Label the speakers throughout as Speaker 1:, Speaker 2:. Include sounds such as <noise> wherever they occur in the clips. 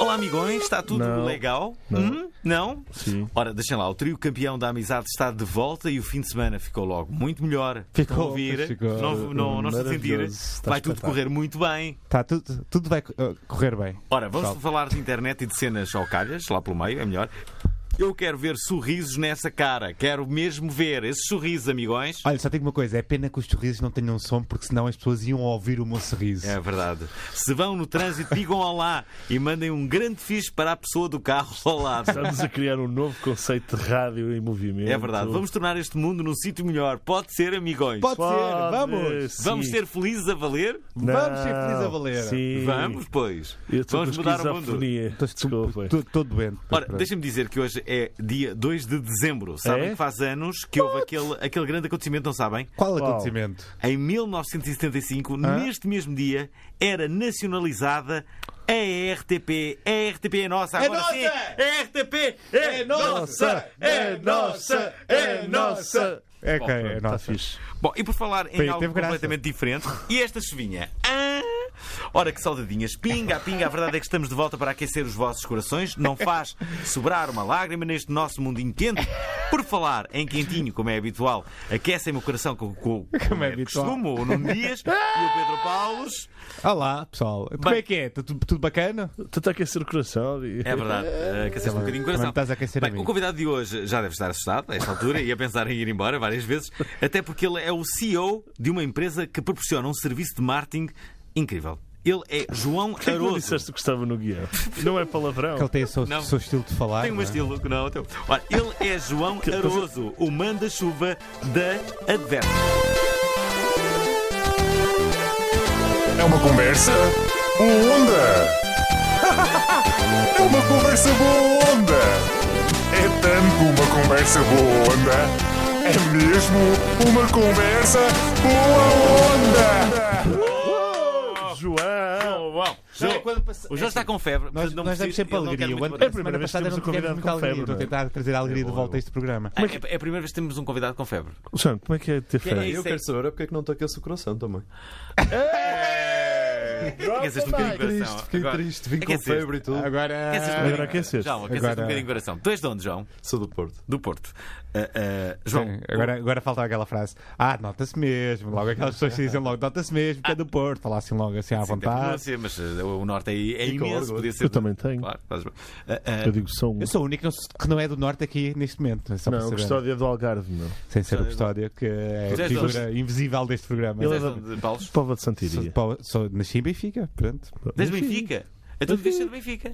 Speaker 1: Olá, amigões, está tudo
Speaker 2: Não.
Speaker 1: legal?
Speaker 2: Não.
Speaker 1: Hum? Não?
Speaker 2: Sim.
Speaker 1: Ora, deixem lá, o trio campeão da amizade está de volta e o fim de semana ficou logo muito melhor.
Speaker 3: Ficou,
Speaker 1: Estão a ouvir,
Speaker 3: ficou.
Speaker 1: não, não, não se sentir.
Speaker 2: Maravilhoso. Está
Speaker 1: Vai tudo
Speaker 2: espetáculo.
Speaker 1: correr muito bem.
Speaker 3: Tá, tudo, tudo vai uh, correr bem.
Speaker 1: Ora, vamos
Speaker 3: Salve.
Speaker 1: falar de internet e de cenas ao calhas, lá pelo meio, é melhor. Eu quero ver sorrisos nessa cara, quero mesmo ver esses sorrisos, amigões.
Speaker 3: Olha, só digo uma coisa: é pena que os sorrisos não tenham som, porque senão as pessoas iam ouvir o meu sorriso.
Speaker 1: É verdade. Se vão no trânsito, digam olá e mandem um grande fixe para a pessoa do carro ao lado.
Speaker 2: <laughs> Estamos a criar um novo conceito de rádio em movimento.
Speaker 1: É verdade. Vamos tornar este mundo num sítio melhor. Pode ser, amigões.
Speaker 3: Pode, ser,
Speaker 2: Pode,
Speaker 3: vamos!
Speaker 2: sim.
Speaker 1: Vamos ser felizes a valer?
Speaker 3: Vamos ser felizes a valer.
Speaker 2: Sim.
Speaker 1: Vamos, pois.
Speaker 2: Eu estou
Speaker 1: Vamos
Speaker 2: com
Speaker 1: mudar o mundo.
Speaker 2: esquizofonia. Desculpa.
Speaker 3: Estou doente.
Speaker 1: Ora,
Speaker 3: Pronto.
Speaker 1: deixa-me dizer que hoje é dia 2 de dezembro. Sabem
Speaker 2: É?
Speaker 1: que faz anos que houve aquele, aquele grande acontecimento, não sabem?
Speaker 3: Qual
Speaker 2: Qual?
Speaker 3: acontecimento?
Speaker 1: Em 1975,
Speaker 3: Ah?
Speaker 1: neste mesmo dia, era nacionalizada a RTP. A RTP é nossa, agora
Speaker 3: nossa!
Speaker 1: sim! A RTP é, nossa!
Speaker 2: é nossa, é nossa.
Speaker 3: É
Speaker 1: Bom,
Speaker 3: quem?
Speaker 1: pronto, tá
Speaker 3: É
Speaker 2: Está
Speaker 3: nossa.
Speaker 2: fixe.
Speaker 1: Bom, e por falar em
Speaker 3: Bem,
Speaker 1: algo
Speaker 3: teve graça.
Speaker 1: completamente diferente, e esta chuvinha? Ah! Ora, que saudadinhas. Pinga, a pinga, a verdade é que estamos de volta para aquecer os vossos corações. Não faz sobrar uma lágrima neste nosso mundinho quente. Por falar em quentinho, como é habitual, aquecem-me o coração com, com, como
Speaker 3: é
Speaker 1: de
Speaker 3: habitual.
Speaker 1: costume, o Nuno Dias e o Pedro Paulos.
Speaker 3: Olá, Ah pessoal. Como é que é? Tá Tudo, tudo bacana?
Speaker 2: Tanto aquecer o coração. e-
Speaker 1: É verdade, aqueceste um bocadinho o
Speaker 3: Também
Speaker 1: coração.
Speaker 3: me estás a aquecer a
Speaker 1: Bem,
Speaker 3: mim.
Speaker 1: o convidado de hoje já deve estar assustado a esta altura e a pensar em ir embora várias vezes, até porque ele é o CEO de uma empresa que proporciona um serviço de marketing incrível. Ele é João
Speaker 2: Porquê que não
Speaker 1: Aroso.
Speaker 2: disseste que estava no guião? Não é palavrão.
Speaker 3: Que ele tem o seu,
Speaker 1: Não.
Speaker 3: seu estilo de falar.
Speaker 1: Tem um
Speaker 3: não é?
Speaker 1: estilo que não. é o teu. Ora, ele é João Aroso, o manda-chuva da Adversa.
Speaker 4: É uma conversa boa onda. <laughs> É uma conversa boa onda. É tanto uma conversa boa onda. É mesmo uma conversa boa onda.
Speaker 2: Oh, João! É.
Speaker 1: João, o João está com febre.
Speaker 3: Nós,
Speaker 1: portanto não
Speaker 3: nós damos
Speaker 1: precisa-
Speaker 3: sempre
Speaker 1: ele não quer
Speaker 3: alegria. O
Speaker 1: muito boa
Speaker 3: ano, a
Speaker 1: tarde.
Speaker 3: semana
Speaker 2: primeira vez que
Speaker 3: passada
Speaker 2: temos
Speaker 3: não
Speaker 2: um convidado
Speaker 3: tivemos muita
Speaker 2: com
Speaker 3: alegria.
Speaker 2: febre,
Speaker 3: Estou a tentar trazer a alegria de
Speaker 2: bom, é
Speaker 3: volta
Speaker 2: bom.
Speaker 3: a este programa.
Speaker 1: Ah, é- é a primeira vez que temos um convidado com febre.
Speaker 2: João, como é que é ter
Speaker 1: é
Speaker 2: fé?
Speaker 1: isso?
Speaker 5: Eu quero saber é porque é que não toca esse coração também.
Speaker 2: É.
Speaker 1: Aqueceste um bocadinho o coração.
Speaker 5: Triste, fiquei
Speaker 1: Agora-
Speaker 5: triste, vim com
Speaker 1: aqueceste.
Speaker 5: febre e tudo.
Speaker 1: Aqueceste um
Speaker 3: Agora.
Speaker 1: bocadinho-
Speaker 2: Ah, Agora aqueceste.
Speaker 1: João, aqueceste um
Speaker 3: Agora-
Speaker 1: bocadinho o coração. Tu és de onde, João?
Speaker 5: Sou do Porto.
Speaker 1: do Porto. Ah, ah, João,
Speaker 3: Sim, agora, agora falta aquela frase. Ah, nota-se mesmo. Logo aquelas pessoas que dizem logo, nota-se mesmo, que é do Porto. Falar assim logo assim
Speaker 1: Ah.
Speaker 3: à
Speaker 1: sim, tem
Speaker 3: vontade.
Speaker 1: pronúncia, mas ah, o norte é, é
Speaker 5: E com
Speaker 1: imenso.
Speaker 5: orgulho.
Speaker 1: Podia ser
Speaker 2: Eu também tenho.
Speaker 1: Claro, faz bem. Ah, ah,
Speaker 2: Eu digo só um.
Speaker 3: Eu sou o único que não se- que não é do Norte aqui neste momento.
Speaker 1: um
Speaker 3: Só
Speaker 2: Não, o
Speaker 3: para saber.
Speaker 2: custódia é do Algarve, não.
Speaker 3: Sem ser o Custódio, que é
Speaker 1: Tu
Speaker 3: a
Speaker 1: és
Speaker 3: figura invisível deste programa.
Speaker 1: mas és
Speaker 2: Ele é
Speaker 1: de Paulos?
Speaker 2: Póvoa de
Speaker 3: Sou, de
Speaker 2: Santiria.
Speaker 3: Pau- sou, nasci em Benfica, pronto.
Speaker 1: Desde Benfica? Então devias ser de Benfica.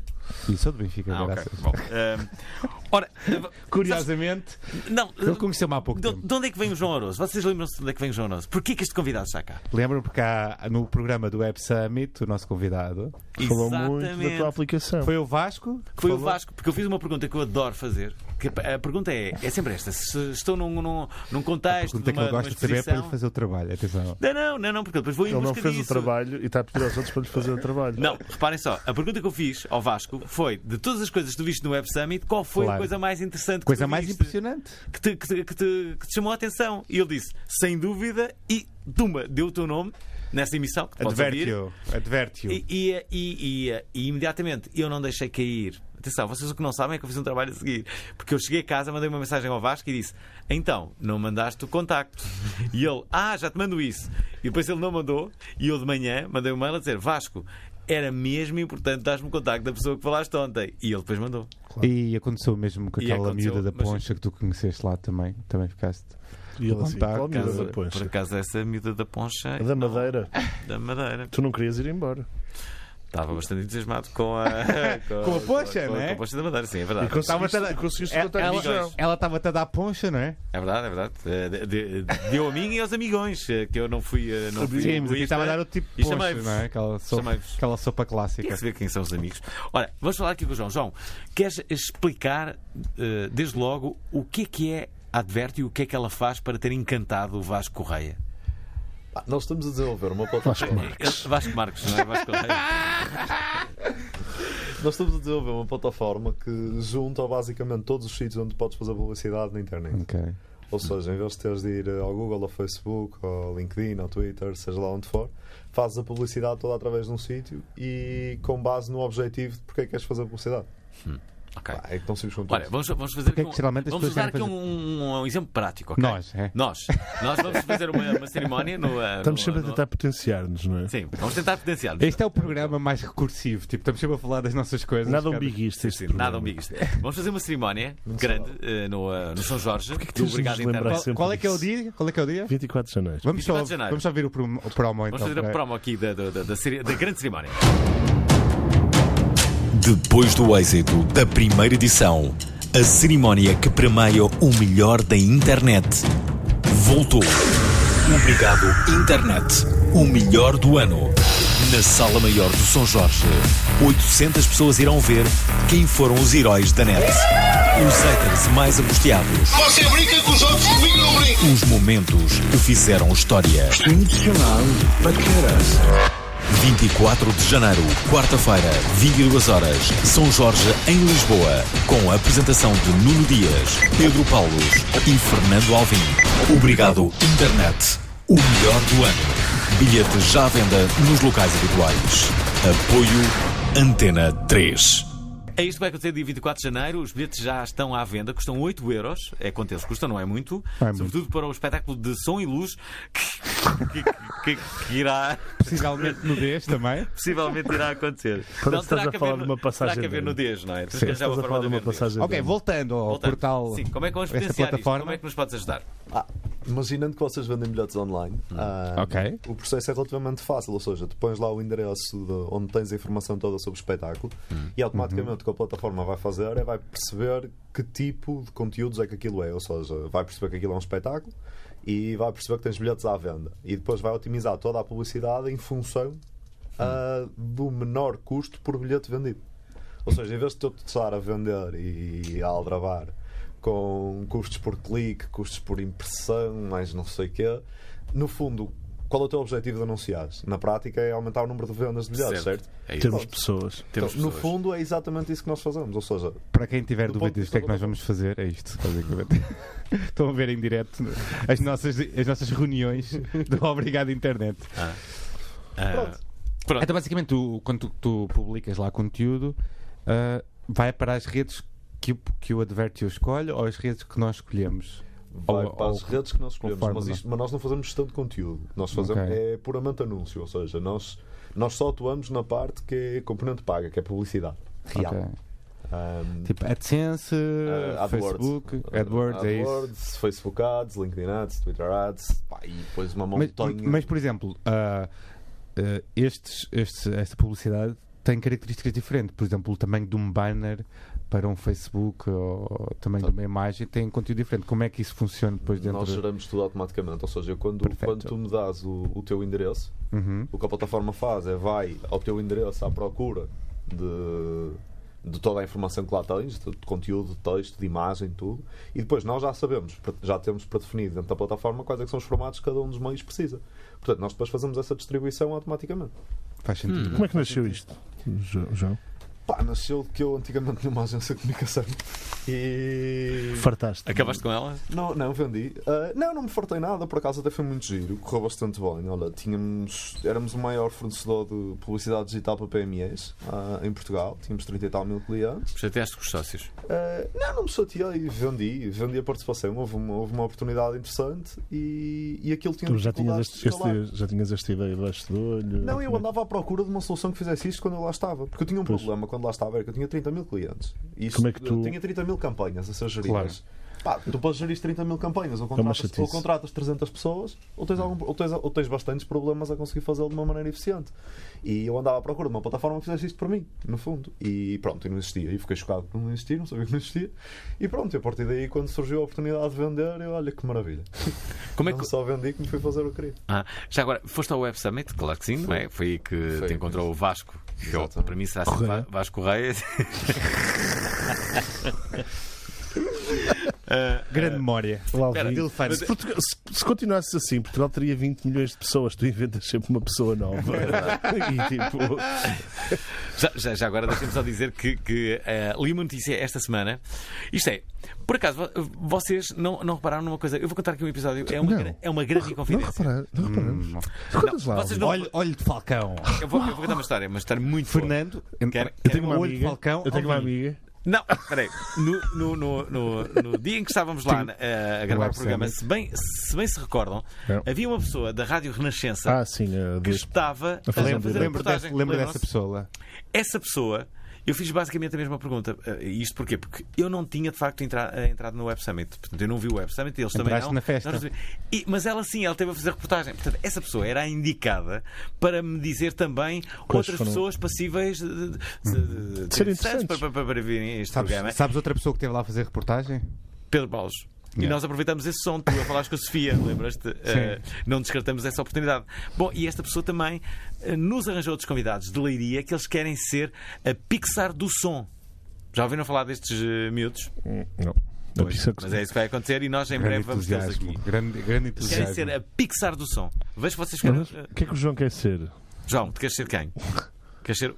Speaker 3: E sou de Benfica,
Speaker 1: Ah, ok.
Speaker 3: graças.
Speaker 1: Bom, ah, ora, ah,
Speaker 3: Curiosamente,
Speaker 1: sabes- não,
Speaker 3: ele conheceu-me há pouco
Speaker 1: de,
Speaker 3: tempo.
Speaker 1: de onde é que vem o João Aroso? Vocês lembram-se de onde é que vem o João Aroso? Porquê que este convidado está cá?
Speaker 3: Lembram-me porque há, no programa do Web Summit, o nosso convidado,
Speaker 2: Falou muito da
Speaker 1: Exatamente.
Speaker 2: tua aplicação.
Speaker 3: foi o Vasco. que
Speaker 1: Foi o
Speaker 3: falou-
Speaker 1: Vasco, porque eu fiz uma pergunta que eu adoro fazer. que a a pergunta é, é sempre esta: se estou num, num, num contexto.
Speaker 3: Pergunta que
Speaker 1: numa-
Speaker 3: eu gosto
Speaker 1: numa
Speaker 3: de saber é para
Speaker 1: exposição-
Speaker 3: lhe fazer o trabalho, atenção.
Speaker 1: Não, não, não, não, porque depois vou em
Speaker 2: Ele não
Speaker 1: busca
Speaker 2: fez o
Speaker 1: disso.
Speaker 2: trabalho e está a pedir aos outros para lhe
Speaker 1: <laughs>
Speaker 2: fazer o trabalho.
Speaker 1: Não, reparem só, a pergunta que eu fiz ao Vasco foi: de todas as coisas que tu viste no Web Summit, qual foi a
Speaker 3: Claro.
Speaker 1: coisa mais interessante que
Speaker 3: Coisa
Speaker 1: tu
Speaker 3: mais
Speaker 1: viste,
Speaker 3: impressionante.
Speaker 1: que te, que, te, que te- que te chamou a atenção? E ele disse: sem dúvida, e tumba, deu o teu nome nessa emissão que tu podes ouvir.
Speaker 3: Adverte-o, adverte-o.
Speaker 1: E, e, e, e- e imediatamente eu não deixei cair. Atenção, vocês o que não sabem é que eu fiz um trabalho a seguir. Porque eu cheguei a casa, mandei uma mensagem ao Vasco e disse: Então, não mandaste o contacto. E ele: Ah, já te mando isso. E depois ele não mandou. E eu de manhã mandei um mail a dizer: Vasco, era mesmo importante dar-me o contacto da pessoa que falaste ontem. E ele depois mandou.
Speaker 3: E aconteceu o mesmo com
Speaker 1: E
Speaker 3: aquela
Speaker 1: aconteceu,
Speaker 3: miúda da
Speaker 1: mas-
Speaker 3: poncha que tu conheceste lá também. Também ficaste.
Speaker 2: E ele assim,
Speaker 3: Contacto.
Speaker 2: qual a miúda da
Speaker 1: Por
Speaker 2: poncha?
Speaker 1: acaso, essa miúda da poncha
Speaker 2: Da Madeira.
Speaker 1: da Madeira.
Speaker 2: Tu não querias ir embora.
Speaker 1: Estava bastante entusiasmado com a.
Speaker 3: Com a poxa,
Speaker 1: com,
Speaker 3: né?
Speaker 1: Com a poxa da Madeira, sim, é
Speaker 2: E
Speaker 1: verdade.
Speaker 2: conseguiste,
Speaker 3: Estava até-
Speaker 2: conseguiste
Speaker 3: É-
Speaker 2: contar
Speaker 3: ela-
Speaker 2: com o João.
Speaker 3: Ela estava até a dar poncha, não é?
Speaker 1: É verdade, é verdade. Eh, de- de- Deu a mim e aos amigões, eh, que eu não fui. eh, Não fui
Speaker 3: Sim, mas aqui
Speaker 1: egoísta.
Speaker 3: estava a dar o tipo de
Speaker 1: E
Speaker 3: poncha,
Speaker 1: chamei-vos.
Speaker 3: não é? Aquela sopa,
Speaker 1: Chamei-vos.
Speaker 3: aquela sopa
Speaker 1: Quer
Speaker 3: clássica.
Speaker 1: saber quem são os amigos? Ora, vamos falar aqui com o João. João, queres explicar, eh, desde logo, o que é que é a Adverte e o que é que ela faz para ter encantado o Vasco Correia?
Speaker 5: Ah, nós estamos a desenvolver uma plataforma.
Speaker 1: Eh, Vasco Marques, não é Vasco Correia?
Speaker 5: nós estamos a desenvolver uma plataforma que junta basicamente todos os sítios onde podes fazer publicidade na internet.
Speaker 3: Ok.
Speaker 5: Ou seja, em vez de teres de ir ao Google, ao Facebook, ao LinkedIn, ao Twitter, seja lá onde for, fazes a publicidade toda através de um sítio e com base no objetivo de porque é que queres fazer publicidade.
Speaker 1: Ok.
Speaker 5: Pá, é que não sabes com
Speaker 1: Olha,
Speaker 5: tudo.
Speaker 1: vamos, vamos fazer
Speaker 3: Porque é que
Speaker 1: um-
Speaker 3: geralmente as
Speaker 1: Vamos usar
Speaker 3: pessoas
Speaker 1: aqui
Speaker 3: querem
Speaker 1: um, um- um exemplo prático, ok?
Speaker 3: Nós, é?
Speaker 1: Nós. Nós vamos fazer uma, uma cerimónia no. eh,
Speaker 2: Estamos
Speaker 1: no-
Speaker 2: sempre a
Speaker 1: no-
Speaker 2: tentar potenciar-nos, não é?
Speaker 1: Sim, vamos tentar potenciar-nos.
Speaker 3: Este é o programa mais recursivo. Tipo, estamos sempre a falar das nossas coisas.
Speaker 2: Nada um
Speaker 3: cara.
Speaker 2: umbiguista este
Speaker 1: Nada um
Speaker 2: programa.
Speaker 1: umbiguista. Vamos fazer uma cerimónia grande eh, no, eh, no São Jorge. Porquê
Speaker 2: tens de nos lembrar
Speaker 3: Qual,
Speaker 2: sempre
Speaker 3: qual é que é o
Speaker 2: disso.
Speaker 3: dia? Qual é que é o dia?
Speaker 2: 24 de janeiro.
Speaker 3: Vamos só,
Speaker 1: 24 de janeiro.
Speaker 3: vamos só ver o promo, o promo então.
Speaker 1: Vamos fazer a
Speaker 3: ok?
Speaker 1: promo aqui da, da, da- da ceri- da grande cerimónia.
Speaker 6: Depois do êxito da primeira edição, a cerimónia que permeia o melhor da internet voltou. Obrigado, Internet. O melhor do ano. Na Sala Maior do São Jorge, 800 pessoas irão ver quem foram os heróis da net. Os haters mais angustiados.
Speaker 7: Você brinca com os outros, comigo não brinca.
Speaker 6: Os momentos que fizeram história. Emocional para 24 de janeiro, quarta-feira, 22 horas, São Jorge, em Lisboa, com a apresentação de Nuno Dias, Pedro Paulos e Fernando Alvim. Obrigado, Internet. O melhor do ano. Bilhetes já à venda nos locais habituais. Apoio Antena 3.
Speaker 1: É isto que vai acontecer dia 24 de janeiro. Os bilhetes já estão à venda, custam 8 euros. É quanto eles custam, não é muito.
Speaker 3: é muito.
Speaker 1: Sobretudo para o espetáculo de som e luz que, que- que- que irá,
Speaker 3: Possivelmente nudez também.
Speaker 1: possivelmente irá acontecer.
Speaker 2: Quando estás a
Speaker 1: que
Speaker 2: falar
Speaker 1: haver-
Speaker 2: de uma passagem
Speaker 1: Terá que haver
Speaker 2: de-
Speaker 1: nudez, não é? Tens que arranjar
Speaker 2: Estás a
Speaker 1: forma
Speaker 2: falar
Speaker 1: de
Speaker 2: de uma
Speaker 1: haver nudez.
Speaker 2: passagem.
Speaker 3: Ok,
Speaker 2: de-
Speaker 3: voltando ao
Speaker 1: Voltando.
Speaker 3: portal.
Speaker 1: Sim, como é que vamos
Speaker 3: desta
Speaker 1: potenciar isto?
Speaker 3: plataforma?
Speaker 1: Como é que nos podes ajudar?
Speaker 5: Ah, imaginando que vocês vendem bilhetes online, ah,
Speaker 3: Ok.
Speaker 5: o processo é relativamente fácil, ou seja, tu pões lá o endereço de onde tens a informação toda sobre o espetáculo e automaticamente o que a plataforma vai fazer é vai perceber que tipo de conteúdos é que aquilo é, ou seja, vai perceber que aquilo é um espetáculo e vai perceber que tens bilhetes à venda e depois vai otimizar toda a publicidade em função ah, do menor custo por bilhete vendido. Ou seja, em vez de tu te estar a vender e a aldrabar com custos por clique, custos por impressão, mais não sei o quê, no fundo, qual é o teu objetivo de anunciares? Na prática é aumentar o número de vendas de bilhetes, certo?
Speaker 1: É isso.
Speaker 2: Temos pessoas.
Speaker 5: Então,
Speaker 1: Temos
Speaker 5: no
Speaker 1: pessoas.
Speaker 5: fundo, é exatamente isso que nós fazemos. Ou seja,
Speaker 3: Para quem tiver
Speaker 5: Do ponto de
Speaker 3: dúvidas, o que é que
Speaker 5: vista
Speaker 3: nós vamos fazer? É isto, basicamente. <laughs> Estão a ver em direto as nossas, as nossas reuniões
Speaker 5: <laughs>
Speaker 3: do Obrigado Internet.
Speaker 1: Ah, pronto.
Speaker 3: Então, basicamente, tu- quando tu, tu publicas lá conteúdo, ah, vai para as redes que, o- que o Advertio escolhe ou as redes que nós escolhemos?
Speaker 5: vai
Speaker 3: Ou-
Speaker 5: para as
Speaker 3: ou-
Speaker 5: redes que nós escolhemos,
Speaker 3: conforme
Speaker 5: mas, isto- mas nós não fazemos gestão de conteúdo. Nós fazemos
Speaker 3: Ok.
Speaker 5: é puramente anúncio, ou seja, nós, nós só atuamos na parte que é componente paga, que é publicidade real.
Speaker 3: Ok.
Speaker 5: Ahm,
Speaker 3: Tipo AdSense,
Speaker 5: Ah, AdWords.
Speaker 3: Facebook, AdWords, é isso.
Speaker 5: AdWords, Facebook Ads, LinkedIn Ads, Twitter Ads, pá, e depois uma
Speaker 3: Mas,
Speaker 5: montanha.
Speaker 3: mas, por exemplo, ah, ah, estes, estes- esta publicidade tem características diferentes. Por exemplo, o tamanho de um banner para um Facebook ou o tamanho de uma imagem tem conteúdo diferente. Como é que isso funciona depois dentro?
Speaker 5: Nós
Speaker 1: eh,
Speaker 5: geramos tudo automaticamente, ou seja, quando,
Speaker 3: Perfeito.
Speaker 5: quando tu me dás o, o teu endereço,
Speaker 3: Uhum.
Speaker 5: o que a plataforma faz é vai ao teu endereço à procura de, de toda a informação que lá tens, de, de conteúdo, de texto, de imagem, tudo, e depois nós já sabemos, pre- já temos predefinido dentro da plataforma quais é que são os formatos que cada um dos meios precisa. Portanto, nós depois fazemos essa distribuição automaticamente.
Speaker 3: Faz sentido.
Speaker 2: Como é que nasceu isto, Jo- João?
Speaker 5: Pá, nasceu que eu antigamente numa agência de comunicação e.
Speaker 2: Fartaste.
Speaker 1: Acabaste com ela?
Speaker 5: Não, não, vendi. Ah, não, não me fartei nada, por acaso até foi muito giro, correu bastante bem. Olha, tínhamos, éramos o maior fornecedor de publicidade digital para PMEs ah, em Portugal, tínhamos 30 e tal mil clientes.
Speaker 1: Chateaste com os sócios.
Speaker 5: Ah, não, não me chateei, vendi, vendi a participação, houve uma, houve uma oportunidade interessante e, e aquilo tinha
Speaker 2: Tu já tinhas,
Speaker 5: dificuldades de
Speaker 2: este,
Speaker 5: escalar.
Speaker 2: este- já tinhas esta ideia abaixo do olho?
Speaker 5: Não, eu andava à procura de uma solução que fizesse isto quando eu lá estava. Porque eu tinha um
Speaker 2: Pois.
Speaker 5: problema quando lá estava, era que eu tinha 30 mil clientes. E isto-
Speaker 2: Como é que tu-
Speaker 5: Eu tinha 30 mil campanhas a ser geridas. Pá, tu podes gerir 30 mil campanhas, ou
Speaker 2: É uma
Speaker 5: contratas,
Speaker 2: chatice.
Speaker 5: ou contratas 300 pessoas, ou tens, algum, ou, tens, ou tens bastantes problemas a conseguir fazê-lo de uma maneira eficiente. E eu andava à procura de uma plataforma que fizesse isto por mim, no fundo. E pronto, e não existia. E fiquei chocado que não existia, não sabia que não existia. E pronto, e a partir daí, quando surgiu a oportunidade de vender, eu olha que maravilha.
Speaker 1: Como é
Speaker 5: Não
Speaker 1: que.
Speaker 5: só vendi que me fui fazer o que queria.
Speaker 1: Ah, já agora, foste ao Web Summit, claro que sim, não é? Foi aí que
Speaker 5: Foi,
Speaker 1: te encontrou o Vasco. Que eu,
Speaker 5: Exatamente.
Speaker 1: para mim será sempre Va- Vasco Correia. <laughs>
Speaker 3: Grande memória. O
Speaker 1: Espera,
Speaker 3: Alvin.
Speaker 2: Se, Portugal- se- se continuasses assim, Portugal teria 20 milhões de pessoas. Tu inventas sempre uma
Speaker 1: <laughs>
Speaker 2: pessoa nova. e tipo,
Speaker 1: Já, já, já agora deixem-me só dizer que, que eh, li uma notícia esta semana. Isto é, por acaso, vo- vocês não, não repararam numa coisa? Eu vou contar aqui um episódio. É uma,
Speaker 2: Não.
Speaker 1: gra- é uma grande
Speaker 2: não,
Speaker 1: inconfidência.
Speaker 2: repara, não reparamos.
Speaker 3: Hum,
Speaker 2: Contas lá.
Speaker 1: vocês
Speaker 2: Alvin.
Speaker 1: não-
Speaker 3: Olho, olho de Falcão.
Speaker 1: Eu vou, eu vou contar uma história, uma história muito boa.
Speaker 3: Fernando,
Speaker 1: Quer-
Speaker 3: eu
Speaker 1: quer
Speaker 3: tenho
Speaker 1: uma
Speaker 3: um olho de
Speaker 2: amiga?
Speaker 3: Falcão.
Speaker 2: Eu tenho uma
Speaker 3: Alvin.
Speaker 2: amiga.
Speaker 1: Não, peraí. No, no, no, no- no dia em que estávamos lá na- a, a gravar o
Speaker 3: Web
Speaker 1: programa,
Speaker 3: Summit.
Speaker 1: se bem, se bem se recordam,
Speaker 2: Não.
Speaker 1: havia uma pessoa da Rádio Renascença
Speaker 2: Ah, sim, a
Speaker 1: que
Speaker 2: dois.
Speaker 1: estava a fazer
Speaker 2: fazer um
Speaker 1: uma
Speaker 2: vídeo.
Speaker 3: Lembro, lembro, dessa,
Speaker 1: reportagem.
Speaker 3: lembro
Speaker 1: Lembram-se?
Speaker 3: dessa pessoa.
Speaker 1: Essa pessoa, eu fiz basicamente a mesma pergunta. Eh, Isto porquê? Porque eu não tinha de facto entra- eh, entrado no Web Summit. Portanto, eu não vi o Web Summit, eles também
Speaker 3: Entraste
Speaker 1: não.
Speaker 3: na festa.
Speaker 1: Nós- E- mas ela sim, ela teve a fazer reportagem. Portanto, essa pessoa era a indicada para me dizer também
Speaker 2: Quais
Speaker 1: outras
Speaker 2: foram?
Speaker 1: pessoas passíveis de, de- de- de- de-
Speaker 2: serem
Speaker 1: interessantes
Speaker 2: interessantes.
Speaker 1: para, para, para, para virem este programa.
Speaker 3: Hum. Sabes, sabes outra pessoa que esteve lá a fazer reportagem?
Speaker 1: Pedro Balos. E
Speaker 3: Yeah.
Speaker 1: nós aproveitamos esse som, tu a falaste com a Sofia, <laughs> lembras-te? Eh, não descartamos essa oportunidade. Bom, e esta pessoa também eh, nos arranjou outros convidados de Leiria que eles querem ser a Pixar do som. Já ouviram falar destes eh, miúdos?
Speaker 2: Não. Não, isso
Speaker 1: Mas é isso que vai acontecer e nós em breve
Speaker 3: Grande
Speaker 1: vamos tê-los aqui.
Speaker 3: entusiasmo. Grande, grande
Speaker 1: Querem ser
Speaker 3: entusiasmo. Uhum.
Speaker 1: a Pixar do som. Vejo vocês querem. eh,
Speaker 2: Mas O que é que o João quer ser?
Speaker 1: João, tu queres ser quem? Queres ser.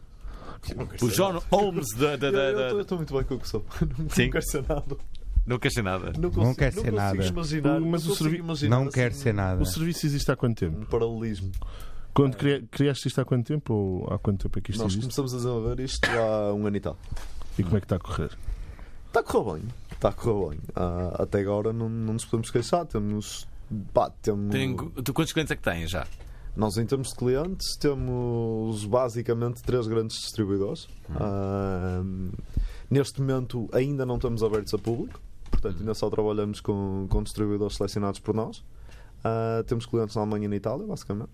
Speaker 1: O John Holmes da. da-
Speaker 5: Eu-
Speaker 1: da-
Speaker 5: eu
Speaker 1: da-
Speaker 5: tô- Eu estou muito bem com o que sou. <laughs> Não
Speaker 1: Sim.
Speaker 5: quero ser nada.
Speaker 1: Não queres ser nada.
Speaker 5: Não consigo,
Speaker 3: quer ser
Speaker 5: não
Speaker 3: nada.
Speaker 5: Consigo
Speaker 2: Mas o
Speaker 5: imaginar, não consigo
Speaker 2: servi-
Speaker 5: imaginar
Speaker 3: Não quer
Speaker 5: assim
Speaker 3: ser nada.
Speaker 2: O serviço existe há quanto tempo?
Speaker 5: um paralelismo.
Speaker 2: Quando cria- criaste isto há quanto tempo? Ou há quanto tempo é que isto
Speaker 5: Nós
Speaker 2: existe?
Speaker 5: começamos a desenvolver isto há um ano e tal.
Speaker 2: E como é que está a correr?
Speaker 5: Está a correr bem. Está a correr bem. Ah, até agora não, não nos podemos queixar. Temos. Pá, temos
Speaker 1: Tem- tu quantos clientes é que tens já?
Speaker 5: Nós, em termos de clientes, temos basicamente três grandes distribuidores. Ah, neste momento, ainda não estamos abertos a público, portanto, ainda só trabalhamos com, com distribuidores selecionados por nós. Ah, temos clientes na Alemanha e na Itália, basicamente.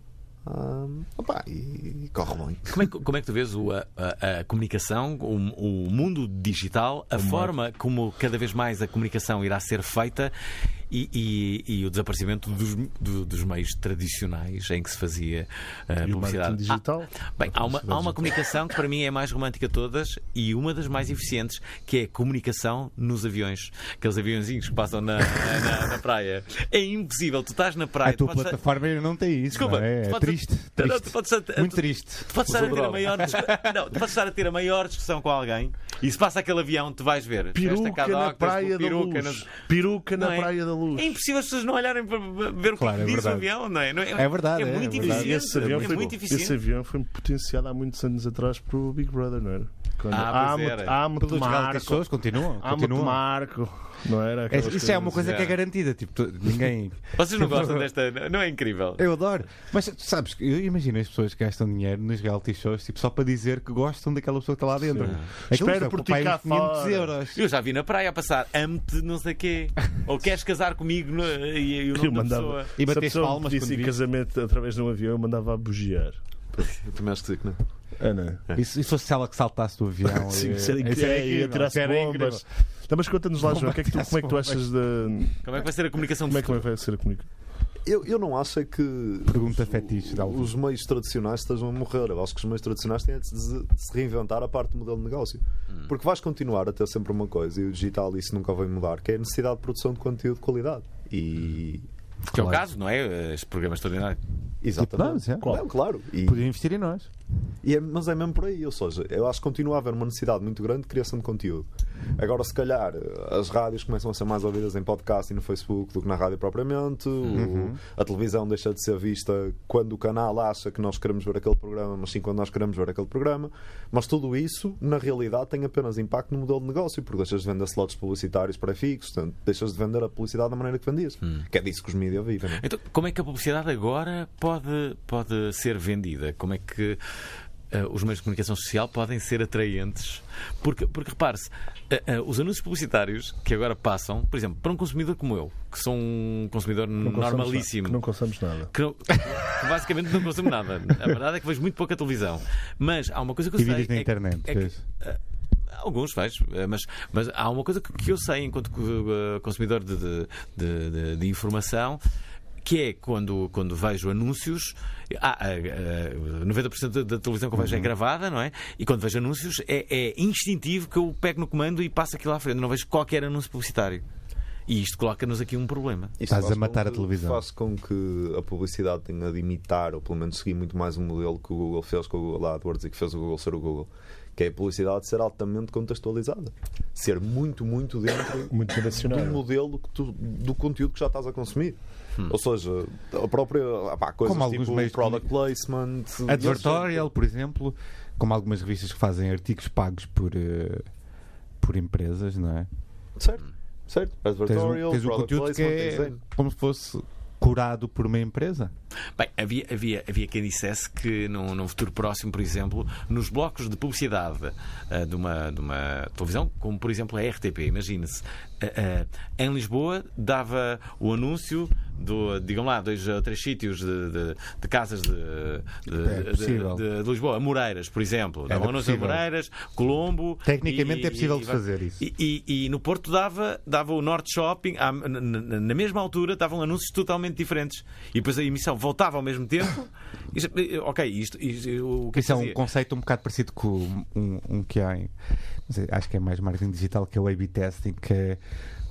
Speaker 5: Ah, opá, e, e corre bem.
Speaker 1: Como é, que, como é que tu vês o- a, a- a comunicação, o, o mundo digital, a forma como cada vez mais a comunicação irá ser feita e, e- e o desaparecimento dos, do- dos meios tradicionais em que se fazia a
Speaker 2: E o
Speaker 1: publicidade?
Speaker 2: marketing digital?
Speaker 1: Ah, bem, há uma, há uma comunicação que para mim é a mais romântica de todas e uma das mais eficientes, que é a comunicação nos aviões. Aqueles aviãozinhos que passam na, na- na praia. É impossível, tu estás na praia.
Speaker 3: A
Speaker 1: tu
Speaker 3: tua
Speaker 1: podes-
Speaker 3: plataforma ainda não tem isso.
Speaker 1: Desculpa,
Speaker 3: não é?
Speaker 1: tu
Speaker 3: É
Speaker 1: podes-
Speaker 3: triste.
Speaker 1: Não, não, tu
Speaker 3: triste.
Speaker 1: podes- tu-
Speaker 3: Muito triste.
Speaker 1: Tu podes estar a ter a
Speaker 5: adorava.
Speaker 1: maior discu-
Speaker 2: <laughs>
Speaker 1: não, tu podes estar a ter a maior discussão com alguém e se passa aquele avião, tu vais ver. Festa
Speaker 2: Peruca na
Speaker 1: cadocas,
Speaker 2: Praia
Speaker 1: peruca
Speaker 2: da Luz.
Speaker 1: nas-
Speaker 2: Peruca na
Speaker 1: Não é?
Speaker 2: Praia da Luz.
Speaker 1: É impossível as pessoas não olharem para para ver o que, é
Speaker 3: Claro,
Speaker 1: que
Speaker 3: é
Speaker 1: diz o
Speaker 3: verdade.
Speaker 1: avião, não é? Não
Speaker 3: É verdade,
Speaker 1: É
Speaker 3: é
Speaker 1: muito
Speaker 3: verdade.
Speaker 1: eficiente.
Speaker 2: Esse avião,
Speaker 1: é
Speaker 2: foi,
Speaker 1: muito eficiente.
Speaker 2: esse avião foi potenciado há muitos anos atrás para o Big Brother, não era? Quando
Speaker 1: Ah,
Speaker 2: há
Speaker 1: pois
Speaker 2: muito-
Speaker 1: era.
Speaker 2: há muito
Speaker 3: Pelos
Speaker 2: marco.
Speaker 3: galocações continuam.
Speaker 2: Há muito
Speaker 3: continuam.
Speaker 2: marco. Não era?
Speaker 3: É-
Speaker 2: Aquelas
Speaker 3: Isso é uma
Speaker 2: coisas.
Speaker 3: coisa que é
Speaker 1: Yeah.
Speaker 3: garantida. Tipo, tu- ninguém.
Speaker 1: Vocês
Speaker 2: <laughs>
Speaker 1: não gostam desta. Não é incrível?
Speaker 3: Eu adoro. Mas tu sabes, que eu imagino as pessoas que gastam dinheiro nos reality shows tipo, só para dizer que gostam daquela pessoa que está lá dentro. Aquilo é
Speaker 2: Espero
Speaker 3: custa,
Speaker 2: por ti
Speaker 3: pai,
Speaker 2: cá
Speaker 3: 500
Speaker 2: fora.
Speaker 3: euros.
Speaker 1: Eu já vi na praia a passar amo-te, não sei quê. Ou queres casar comigo no- e, e o
Speaker 2: Eu
Speaker 1: nome da
Speaker 2: mandava.
Speaker 1: pessoa.
Speaker 3: E bateste
Speaker 2: se a pessoa me
Speaker 3: palmas
Speaker 2: pedisse
Speaker 3: quando
Speaker 2: em
Speaker 3: vi.
Speaker 2: casamento através de um avião, eu mandava a bugiar.
Speaker 5: Eu <laughs> também acho que sim, não é?
Speaker 2: Ana.
Speaker 3: E se e se fosse ela que saltasse do
Speaker 2: <laughs>
Speaker 3: avião?
Speaker 2: Sim,
Speaker 3: É-
Speaker 2: isso era
Speaker 3: é-
Speaker 2: incrível.
Speaker 3: é
Speaker 2: É, ia tirar
Speaker 3: isso era incrível.
Speaker 2: bombas. Então, mas conta-nos lá, João, o que é que tu- como é que tu achas de.
Speaker 1: Como é que vai ser a comunicação do
Speaker 2: Como é que
Speaker 1: futuro?
Speaker 2: vai ser a comunicação?
Speaker 5: Eu, eu não acho é que
Speaker 3: Pergunta
Speaker 5: os,
Speaker 3: fetiche de alguém.
Speaker 5: os meios tradicionais estejam a morrer. Eu acho que os meios tradicionais têm de se, de se reinventar a parte do modelo de negócio. Porque vais continuar a ter sempre uma coisa, e o digital isso nunca vai mudar, que é a necessidade de produção de conteúdo de qualidade. E.
Speaker 1: Que é o caso, não é? Este programa extraordinário.
Speaker 3: Tipo,
Speaker 5: Exatamente.
Speaker 3: vamos, é?
Speaker 5: Não, claro. E-
Speaker 3: Podia investir em nós.
Speaker 5: e é- mas é mesmo por aí, ou seja, eu acho que continua a haver uma necessidade muito grande de criação de conteúdo. Agora, se calhar, as rádios começam a ser mais ouvidas em podcast e no Facebook do que na rádio propriamente, o- a televisão deixa de ser vista quando o canal acha que nós queremos ver aquele programa, mas sim quando nós queremos ver aquele programa. Mas tudo isso, na realidade, tem apenas impacto no modelo de negócio, porque deixas de vender slots publicitários pré-fixos, portanto, deixas de vender a publicidade da maneira que vendias, que é disso que os mídias vivem. não é?
Speaker 1: Então, como é que a publicidade agora pode, pode ser vendida? Como é que. eh, os meios de comunicação social podem ser atraentes. Porque, porque repare-se, eh, eh, os anúncios publicitários que agora passam, por exemplo, para um consumidor como eu, que sou um consumidor
Speaker 2: Não consomos nada,
Speaker 1: normalíssimo,
Speaker 2: que Não consomos nada.
Speaker 1: que não- <laughs> que basicamente não consumo nada. A verdade é que vejo muito pouca televisão. Mas há uma coisa que eu
Speaker 3: E
Speaker 1: sei.
Speaker 3: vídeos na
Speaker 1: é que-
Speaker 3: internet,
Speaker 1: é que-
Speaker 3: vês?
Speaker 1: ah, Alguns, vejo, eh, mas, mas há uma coisa que- que eu sei enquanto eh, consumidor de, de- de- de- de informação. Que é quando, quando vejo anúncios, ah, ah, ah, 90% da- da televisão que eu vejo é gravada, não é? E quando vejo anúncios, é, é instintivo que eu pego no comando e passo aquilo à frente. Não vejo qualquer anúncio publicitário. E isto coloca-nos aqui um problema.
Speaker 5: Isso
Speaker 3: Estás
Speaker 5: faz
Speaker 3: a matar
Speaker 5: com
Speaker 3: a
Speaker 5: que-
Speaker 3: televisão.
Speaker 5: Faz com que a publicidade tenha de imitar, ou pelo menos seguir muito mais o modelo que o Google fez com o Google AdWords e que fez o Google ser o Google, que é a publicidade ser altamente contextualizada. Ser muito, muito dentro
Speaker 2: Muito
Speaker 5: do
Speaker 2: direcionado.
Speaker 5: modelo que tu- do conteúdo que já estás a consumir. Ou seja, a própria ah pá, coisas
Speaker 3: Como alguns
Speaker 5: tipo
Speaker 3: meios de
Speaker 5: product placement, assim.
Speaker 3: Advertorial, por exemplo, como algumas revistas que fazem artigos pagos por, eh, por empresas, não é?
Speaker 5: certo, certo,
Speaker 3: Tens um,
Speaker 5: advertorial,
Speaker 3: tens um
Speaker 5: product
Speaker 3: conteúdo que
Speaker 5: placement,
Speaker 3: é
Speaker 5: design.
Speaker 3: como se fosse curado por uma empresa.
Speaker 1: Bem, havia, havia, havia quem dissesse que num, num futuro próximo, por exemplo, nos blocos de publicidade ah, de, uma, de uma televisão, como por exemplo a RTP, imagine-se, ah, ah, em Lisboa dava o anúncio do, digam lá, dois ou três sítios de, de- de casas de, de-
Speaker 3: É
Speaker 1: de-
Speaker 3: possível.
Speaker 1: de- de Lisboa, Moreiras, por exemplo. Dava
Speaker 3: Era
Speaker 1: o anúncio a
Speaker 3: possível.
Speaker 1: Moreiras, Colombo.
Speaker 3: Tecnicamente é possível de
Speaker 1: vai-
Speaker 3: fazer isso.
Speaker 1: e- E, e no Porto dava, dava o Norte Shopping, à- n- n- na mesma altura davam anúncios totalmente diferentes. E depois a emissão voltava ao mesmo tempo. E já- e, ok, isto, isto- o que
Speaker 3: Isso é um
Speaker 1: fazia?
Speaker 3: conceito um bocado parecido com um, um que há em. não sei, acho que é mais marketing digital, que é o A-B testing, que é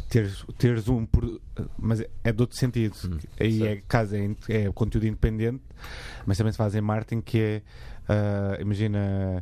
Speaker 3: teres, teres um. pro- Mas é de outro sentido.
Speaker 2: Hum,
Speaker 3: Aí é, caso é, in- é conteúdo independente, mas também se faz em marketing, que é. ah, imagina.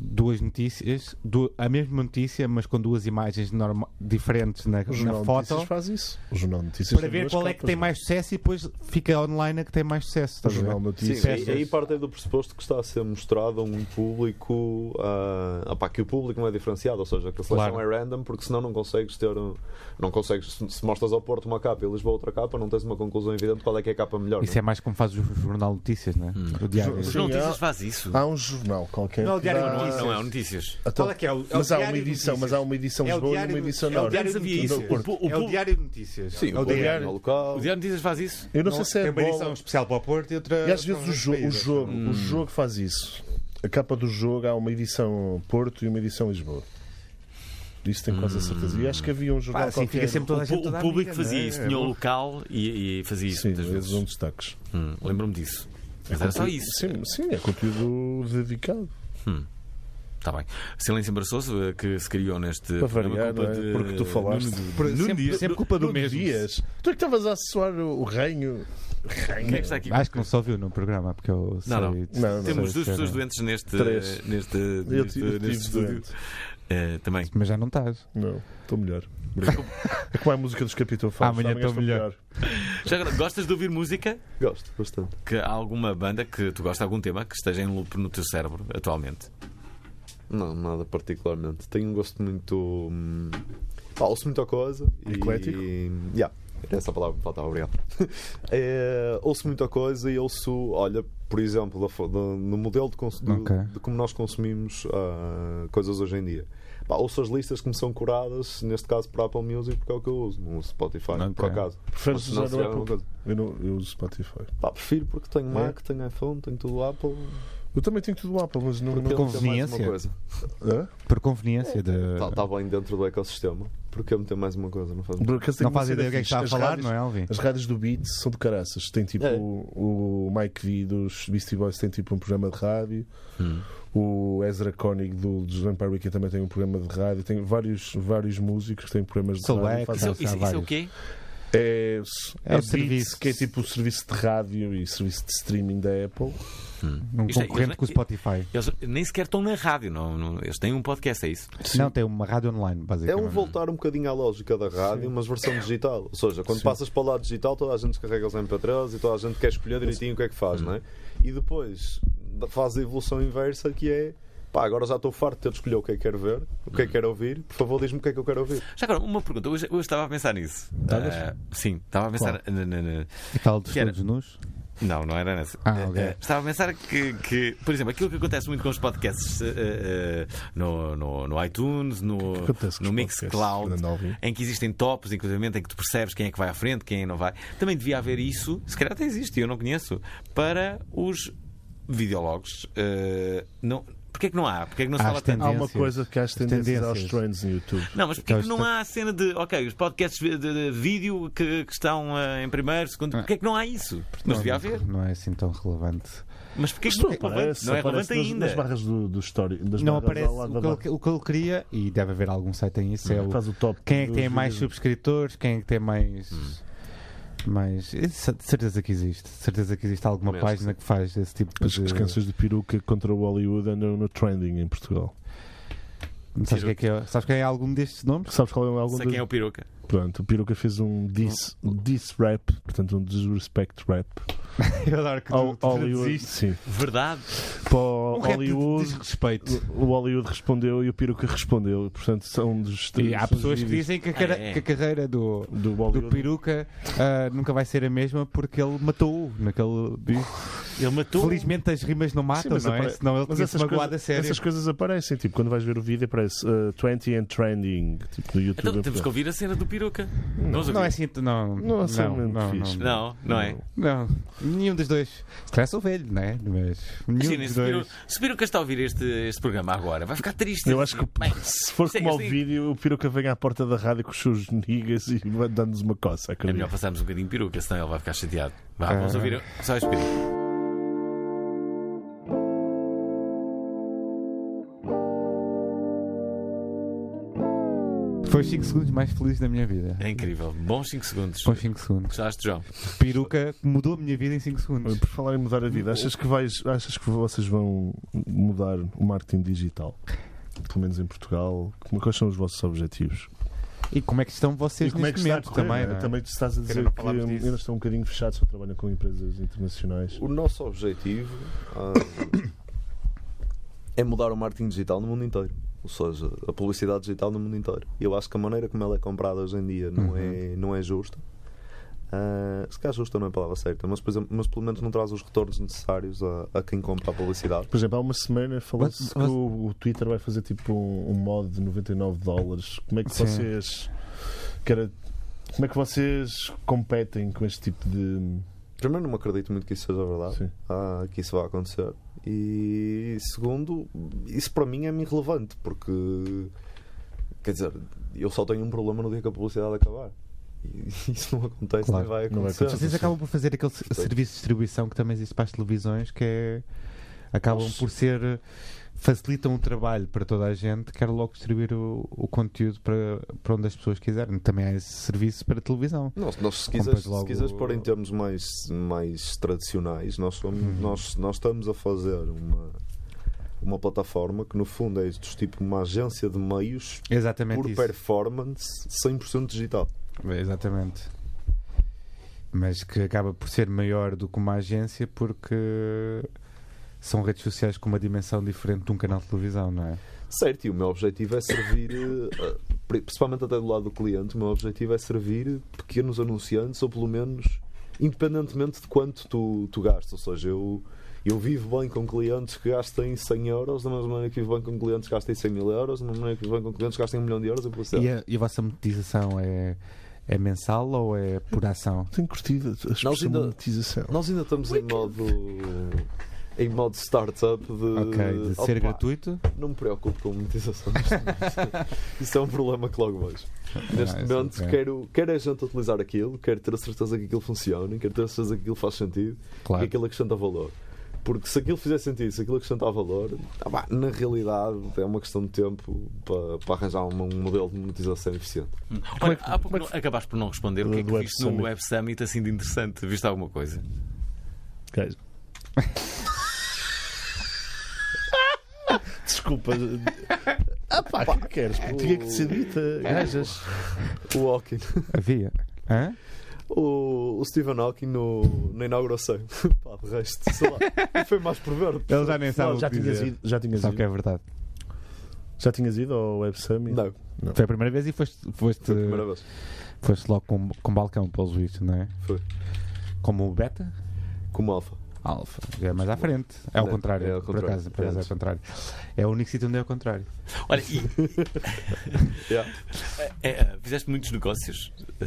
Speaker 3: Duas notícias, du- a mesma notícia, mas com duas imagens norma- diferentes na,
Speaker 2: O
Speaker 3: na
Speaker 2: Jornal de
Speaker 3: foto
Speaker 2: Notícias faz isso. O Jornal de Notícias
Speaker 3: para
Speaker 2: tem
Speaker 3: ver
Speaker 2: duas
Speaker 3: qual é que
Speaker 2: capas,
Speaker 3: tem
Speaker 2: não
Speaker 3: mais sucesso e depois fica online a que tem mais sucesso.
Speaker 2: O
Speaker 3: estás a ver?
Speaker 2: Jornal de Notícias.
Speaker 5: Sim, aí, aí partem do pressuposto que está a ser mostrado a um público ah, opá, que o público não é diferenciado, ou seja, que a seleção
Speaker 3: Claro.
Speaker 5: é random, porque senão não consegues ter. um- Não consegues, se se mostras ao Porto uma capa e a Lisboa outra capa, não tens uma conclusão evidente de qual é que é a capa melhor.
Speaker 3: Isso
Speaker 5: não
Speaker 3: é mais como faz o Jornal de Notícias, né?
Speaker 2: Hum.
Speaker 3: O diário.
Speaker 1: Os
Speaker 2: Sim,
Speaker 1: notícias
Speaker 2: há-
Speaker 1: faz isso.
Speaker 2: Há um jornal qualquer.
Speaker 3: Não, o
Speaker 2: que
Speaker 3: Diário
Speaker 2: dá-
Speaker 3: de Ah, Notícias.
Speaker 1: Não é o notícias.
Speaker 2: Então,
Speaker 3: Qual é que é? O- é o
Speaker 2: mas há uma
Speaker 3: Diário de
Speaker 2: edição,
Speaker 3: Notícias.
Speaker 2: mas há uma edição
Speaker 3: É o
Speaker 2: Lisboa e
Speaker 3: Diário
Speaker 2: uma
Speaker 3: de-
Speaker 2: edição
Speaker 3: é o
Speaker 2: Norte.
Speaker 3: Diário de Notícias.
Speaker 2: Do Porto.
Speaker 1: O,
Speaker 3: É o
Speaker 1: o,
Speaker 3: Diário de Notícias.
Speaker 5: Sim,
Speaker 3: é o
Speaker 5: o
Speaker 3: Diário.
Speaker 5: diário local.
Speaker 1: o Diário de Notícias faz isso.
Speaker 2: Eu não, sei se é
Speaker 3: tem uma edição
Speaker 2: bola-
Speaker 3: especial para o Porto e outra.
Speaker 2: E às vezes
Speaker 3: para
Speaker 2: o, jo- o
Speaker 3: países.
Speaker 2: jogo,
Speaker 1: Hum.
Speaker 2: o jogo faz isso. A capa do jogo há uma edição Porto e uma edição Lisboa. Isso tenho quase a certeza. E acho que havia um jornal
Speaker 3: Pá, assim
Speaker 2: qualquer.
Speaker 3: fica sempre toda a gente.
Speaker 1: O,
Speaker 3: toda
Speaker 1: o público
Speaker 3: amiga,
Speaker 1: fazia
Speaker 3: não é?
Speaker 1: isso, tinha o local e, e fazia isso
Speaker 2: Sim,
Speaker 1: muitas
Speaker 2: eles
Speaker 1: vezes.
Speaker 2: dão destaques.
Speaker 1: Hum, Lembro-me disso. Mas era só isso.
Speaker 2: Sim, sim, é conteúdo dedicado.
Speaker 1: Está Tá bem. Silêncio embaraçoso eh, que se criou neste.
Speaker 2: Para
Speaker 1: programa,
Speaker 2: variar,
Speaker 1: culpa
Speaker 2: não é?
Speaker 1: de-
Speaker 2: Porque tu falaste.
Speaker 1: Nuno-
Speaker 3: Por-
Speaker 1: Nuno
Speaker 3: sempre,
Speaker 1: Dias.
Speaker 3: sempre culpa do mesmo.
Speaker 2: Dias, tu é que estavas a acessar o, o reino.
Speaker 1: Quem é que está aqui?
Speaker 3: Acho que não só viu no programa, porque eu sei.
Speaker 1: não.
Speaker 2: Não, não.
Speaker 1: Temos duas
Speaker 3: sei-
Speaker 1: pessoas doentes neste.
Speaker 2: Três.
Speaker 1: neste,
Speaker 2: Eu
Speaker 1: neste,
Speaker 2: ti- eu
Speaker 1: neste
Speaker 2: tive
Speaker 1: estúdio.
Speaker 2: doente.
Speaker 1: Eh, também.
Speaker 3: Mas já não estás.
Speaker 2: Não, estou melhor.
Speaker 1: <laughs>
Speaker 2: Obrigado. É como a música dos Capitão Fausto.
Speaker 3: Amanhã estou melhor.
Speaker 1: Já agora, gostas de ouvir música?
Speaker 5: Gosto bastante.
Speaker 1: Que há alguma banda que tu gostas, algum tema que esteja em loop no teu cérebro atualmente?
Speaker 5: Não, nada particularmente. Tenho um gosto muito. Hum, pá, ouço muita coisa. e-
Speaker 2: Eclético?
Speaker 5: Yeah, era essa a palavra que me faltava, obrigado. <laughs> É, ouço muita coisa e ouço, olha, por exemplo, da fo- da- no modelo de, cons- do-
Speaker 3: Ok.
Speaker 5: de como nós consumimos ah, coisas hoje em dia. Pá, ouço as listas que me são curadas, neste caso para Apple Music, porque é o que eu uso, no Spotify,
Speaker 3: Ok.
Speaker 5: por acaso.
Speaker 2: Preferes
Speaker 5: Mas não
Speaker 2: usar
Speaker 5: se chama
Speaker 2: o Apple?
Speaker 5: coisa.
Speaker 2: Eu, não, eu uso Spotify.
Speaker 5: Pá, prefiro porque tenho
Speaker 2: É?
Speaker 5: Mac, tenho iPhone, tenho tudo Apple.
Speaker 2: Eu também tenho tudo Apple, mas não.
Speaker 5: Porque
Speaker 2: não...
Speaker 5: ele tem mais
Speaker 3: conveniência.
Speaker 5: uma coisa.
Speaker 2: Hã?
Speaker 3: Por conveniência de.
Speaker 1: É,
Speaker 5: Está tá bem dentro do ecossistema. Porque eu meter mais uma coisa, não faz
Speaker 2: Por acaso tenho
Speaker 3: Não
Speaker 2: uma
Speaker 3: faz
Speaker 2: cena
Speaker 3: ideia do que é que
Speaker 2: fixe.
Speaker 3: está a
Speaker 2: As
Speaker 3: falar,
Speaker 2: rádios-
Speaker 3: não é, Alvin?
Speaker 2: As rádios do Beat são de caraças. Tem tipo
Speaker 5: É.
Speaker 2: o, o Mike V dos Beastie Boys tem tipo um programa de rádio. Hum. O Ezra Koenig do, dos Vampire Weekend também tem um programa de rádio. Tem vários, vários músicos que têm programas de
Speaker 3: Select.
Speaker 2: rádio.
Speaker 1: Isso,
Speaker 2: fazem-
Speaker 3: Ah,
Speaker 1: isso-
Speaker 3: há
Speaker 1: isso é o
Speaker 3: vários.
Speaker 1: quê?
Speaker 2: É,
Speaker 3: É o
Speaker 2: é, Beats,
Speaker 3: serviço.
Speaker 2: que é tipo o serviço de rádio e serviço de streaming da Apple.
Speaker 3: Um
Speaker 1: Isto é-
Speaker 3: concorrente com o Spotify.
Speaker 1: Eles nem sequer estão na rádio, não, não- eles têm um podcast, é isso?
Speaker 3: Não, tem uma rádio online,
Speaker 5: É
Speaker 3: basicamente.
Speaker 5: um voltar um bocadinho à lógica da rádio, mas versão digital. Ou seja, quando passas para o lado digital, toda a gente descarrega os MP3 e toda a gente quer escolher direitinho o que é que faz, não é? E depois faz a evolução inversa que é. Pá, agora já estou farto de ter de escolher o que é que quero ver, o que é que quero ouvir. Por favor, diz-me o que é que eu quero ouvir.
Speaker 1: Já agora, uma pergunta. Hoje, hoje estava a pensar nisso. Ah, sim, estava a pensar. na- na- na-
Speaker 3: E fala dos
Speaker 1: Que era-
Speaker 3: todos nus.
Speaker 1: Não, não era nessa.
Speaker 3: Ah, ok.
Speaker 1: Eh, Estava a pensar que, que, por exemplo, aquilo que acontece muito com os podcasts eh, eh, no, no, no iTunes, no,
Speaker 2: acontece com
Speaker 1: no
Speaker 2: os
Speaker 1: Mixcloud,
Speaker 2: podcasts, Fernando Alvim?
Speaker 1: em que existem tops, inclusive em que tu percebes quem é que vai à frente, quem não vai. Também devia haver isso, se calhar até existe, eu não conheço, para os videólogos. eh, não, porquê é que não há? Porquê é que não se
Speaker 3: Há
Speaker 1: fala tanto?
Speaker 2: Há uma
Speaker 3: Tendências.
Speaker 2: coisa que as
Speaker 3: As
Speaker 2: tendências aos
Speaker 3: tendências.
Speaker 2: trends no YouTube.
Speaker 1: Não, mas porquê é que
Speaker 3: Aquelas
Speaker 1: não há a cena de, ok, os podcasts de, de- de vídeo que, que estão eh, em primeiro, segundo, porquê é que não há isso? Mas devia haver.
Speaker 3: Não é assim tão relevante.
Speaker 1: Mas porquê é que
Speaker 2: Isto
Speaker 1: não é relevante? Não é relevante
Speaker 2: nas,
Speaker 1: ainda.
Speaker 2: nas barras do, do story, das
Speaker 3: Não
Speaker 2: barras
Speaker 3: aparece.
Speaker 2: ao lado da
Speaker 3: O
Speaker 2: barra.
Speaker 3: que, ele, o que ele queria, e deve haver algum site que tem isso, é o,
Speaker 2: Faz o top.
Speaker 3: quem é que
Speaker 2: dos
Speaker 3: tem mais
Speaker 2: vídeos.
Speaker 3: subscritores, quem é que tem mais.
Speaker 1: Hum.
Speaker 3: mais... Isso, de certeza que existe. De certeza que existe alguma
Speaker 1: Também acho
Speaker 3: página que faz esse tipo de.
Speaker 2: As, as canções de peruca contra o Hollywood andam no trending em Portugal.
Speaker 3: Não Sabes quem é que é? Sabes quem é algum
Speaker 2: <laughs>
Speaker 3: destes nomes?
Speaker 2: Sabes qual é algum
Speaker 1: Sei quem é
Speaker 2: dos...
Speaker 1: o peruca.
Speaker 2: Pronto, o peruca fez um diss, diss rap, portanto um disrespect rap
Speaker 3: Eu adoro que
Speaker 2: ao Hollywood. Sim.
Speaker 1: Verdade.
Speaker 2: Para o
Speaker 3: Um
Speaker 2: Hollywood,
Speaker 3: é desrespeito.
Speaker 2: o Hollywood respondeu e o peruca respondeu. Portanto, são um dos
Speaker 3: E há
Speaker 2: são dos
Speaker 3: pessoas que
Speaker 2: vídeos
Speaker 3: dizem que a, cara-
Speaker 1: Ah, é.
Speaker 3: que a carreira do,
Speaker 2: do
Speaker 3: do
Speaker 2: Hollywood.
Speaker 3: peruca ah, nunca vai ser a mesma porque ele matou-o naquele disco.
Speaker 1: Ele matou.
Speaker 3: Felizmente as rimas não
Speaker 2: Sim,
Speaker 3: matam,
Speaker 2: mas
Speaker 3: não é?
Speaker 2: apare-
Speaker 3: Senão ele
Speaker 2: mas
Speaker 3: tinha-se
Speaker 2: essas,
Speaker 3: magoado a
Speaker 2: coisas-
Speaker 3: sério.
Speaker 2: essas coisas aparecem, tipo, quando vais ver o vídeo aparece eh, 20 and Trending, tipo, no YouTube.
Speaker 1: Então temos que ouvir a cena do peruca. Não,
Speaker 3: Não é assim, t- não.
Speaker 2: Não,
Speaker 3: Não,
Speaker 2: assim
Speaker 3: não,
Speaker 2: mesmo
Speaker 3: não,
Speaker 2: fixe.
Speaker 1: não, não é?
Speaker 3: não. Nenhum dos dois. Se calhar sou velho, não é? Mas nenhum
Speaker 1: Imaginem,
Speaker 3: dos
Speaker 1: se o
Speaker 3: dois.
Speaker 1: peruca- se o peruca está a ouvir este, este programa agora, vai ficar triste.
Speaker 2: Eu acho que
Speaker 1: Bem,
Speaker 2: se for
Speaker 1: sim,
Speaker 2: como ao
Speaker 1: sim.
Speaker 2: vídeo, o peruca vem à porta da rádio com os seus niggas e vai dando-nos uma
Speaker 1: É
Speaker 2: coça. acredito.
Speaker 1: melhor passarmos um bocadinho de peruca, senão ele vai ficar chateado. Vá,
Speaker 3: Ah.
Speaker 1: vamos ouvir só este peruca.
Speaker 3: Foi os 5 segundos mais felizes da minha vida.
Speaker 1: É incrível. Bons 5 segundos.
Speaker 3: Foi os 5 segundos.
Speaker 1: Gostaste, João?
Speaker 3: Peruca mudou a minha vida em 5 segundos.
Speaker 2: Por falar em mudar a vida, achas que, vais, achas que vocês vão mudar o marketing digital? Pelo menos em Portugal. Como- é Quais são os vossos objetivos?
Speaker 3: E como é que estão vocês
Speaker 2: e como é que está
Speaker 3: neste
Speaker 2: a
Speaker 3: momento
Speaker 2: correr?
Speaker 3: também?
Speaker 2: não é?
Speaker 3: não é?
Speaker 2: Também tu estás a dizer
Speaker 3: não
Speaker 2: que
Speaker 3: falámos
Speaker 2: hum,
Speaker 3: disso.
Speaker 2: ainda estão um bocadinho fechados, só trabalham com empresas internacionais.
Speaker 5: O nosso objetivo ah, <coughs> é mudar o marketing digital no mundo inteiro. Ou seja, a publicidade digital no mundo inteiro. Eu acho que a maneira como ela é comprada hoje em dia não, é, não é justa. Ah, se calhar justa não é a palavra certa, mas, por exemplo, mas pelo menos não traz os retornos necessários a, a quem compra a publicidade.
Speaker 2: Por exemplo, há uma semana falou-se
Speaker 3: Mas-
Speaker 2: que
Speaker 3: mas-
Speaker 2: o o Twitter vai fazer tipo um, um mod de 99 dólares. Como é que
Speaker 3: Sim.
Speaker 2: vocês. que era- como é que vocês competem com este tipo de.
Speaker 5: Primeiro, não acredito muito que isso seja verdade,
Speaker 2: Sim.
Speaker 5: ah, que isso vá acontecer. E segundo, isso para mim é irrelevante, porque quer dizer, eu só tenho um problema no dia que a publicidade acabar. E <laughs> isso não acontece,
Speaker 3: Claro,
Speaker 5: nem vai
Speaker 2: não vai
Speaker 5: acontecer.
Speaker 2: acontecer.
Speaker 3: Vocês acabam por fazer aquele se- serviço de distribuição que também existe para as televisões, que é. acabam por ser. facilitam o trabalho para toda a gente, quer logo distribuir o, o conteúdo para, para onde as pessoas quiserem. Também há esse serviço para televisão.
Speaker 5: Nós, nós, se,
Speaker 3: Compras
Speaker 5: quiseres,
Speaker 3: logo-
Speaker 5: se quiseres pôr em termos mais, mais tradicionais, nós, somos,
Speaker 2: Uhum.
Speaker 5: nós, nós estamos a fazer uma, uma plataforma que, no fundo, é isto, tipo uma agência de meios
Speaker 3: Exatamente
Speaker 5: por
Speaker 3: isso.
Speaker 5: performance 100% digital.
Speaker 3: É, Exatamente. Mas que acaba por ser maior do que uma agência porque são redes sociais com uma dimensão diferente de um canal de televisão, não é?
Speaker 5: Certo, e o meu objetivo é servir, eh, pri- principalmente até do lado do cliente, o meu objetivo é servir pequenos anunciantes, ou pelo menos independentemente de quanto tu, tu gastas. Ou seja, eu, eu vivo bem com clientes que gastem 100 euros, da mesma maneira que vivo bem com clientes que gastem 100 mil euros, da mesma maneira que vivo bem com clientes que gastem 1 milhão de euros. Eu é. posso
Speaker 3: E é- a, e a vossa monetização é, é mensal ou é por ação?
Speaker 2: Tenho curtido a expressão
Speaker 5: Nós ainda-
Speaker 2: monetização.
Speaker 5: Nós ainda estamos em modo. Em modo startup de,
Speaker 3: Ok, de ser
Speaker 5: Opa,
Speaker 3: gratuito?
Speaker 5: Não me preocupo com a monetização. disto. Isso é um problema que logo vejo. Neste
Speaker 3: Ah, isso,
Speaker 5: momento,
Speaker 3: ok.
Speaker 5: quero, quero a gente utilizar aquilo, quero ter a certeza que aquilo funciona, quero ter a certeza que aquilo faz sentido
Speaker 3: Claro.
Speaker 5: e que aquilo acrescenta valor. Porque se aquilo fizer sentido, se aquilo acrescentar valor, ah pá, na realidade é uma questão de tempo para, para arranjar um, um modelo de monetização eficiente.
Speaker 2: é
Speaker 1: Olha, há pouco não- acabaste por não responder o que é
Speaker 2: Do
Speaker 1: que
Speaker 2: Web
Speaker 1: viste no
Speaker 2: Summit.
Speaker 1: Web Summit assim de interessante. Viste alguma coisa?
Speaker 2: Gajo. Desculpa. Ah pá, o que queres? pô? Tinha que ser dita. Gajas.
Speaker 5: O Hawking, <laughs>
Speaker 3: Havia. Hã?
Speaker 5: o, o Stephen Hawking no, na inauguração, <laughs> pá, de resto, sei lá, foi mais por ver.
Speaker 3: Ele já nem sabe
Speaker 2: Não, oh, já
Speaker 3: o que
Speaker 2: tinhas
Speaker 3: dizer.
Speaker 2: ido. Já tinhas
Speaker 3: Só que é
Speaker 2: ido.
Speaker 3: verdade.
Speaker 2: Já tinhas ido ao Web Summit?
Speaker 5: Não,
Speaker 3: Foi a primeira vez e foste, foste,
Speaker 5: foi a primeira vez.
Speaker 3: foste logo com, com balcão, pelos vistos, não é?
Speaker 5: Foi.
Speaker 3: Como o beta?
Speaker 5: Como alfa.
Speaker 3: Alfa. É mais à frente. É ao
Speaker 5: É,
Speaker 3: contrário.
Speaker 5: é ao
Speaker 3: por
Speaker 5: contrário.
Speaker 3: acaso, por acaso é ao
Speaker 5: Pronto.
Speaker 3: contrário. É o único sítio onde é ao contrário.
Speaker 1: Olha, e
Speaker 5: Yeah.
Speaker 1: é, é, fizeste muitos negócios eh,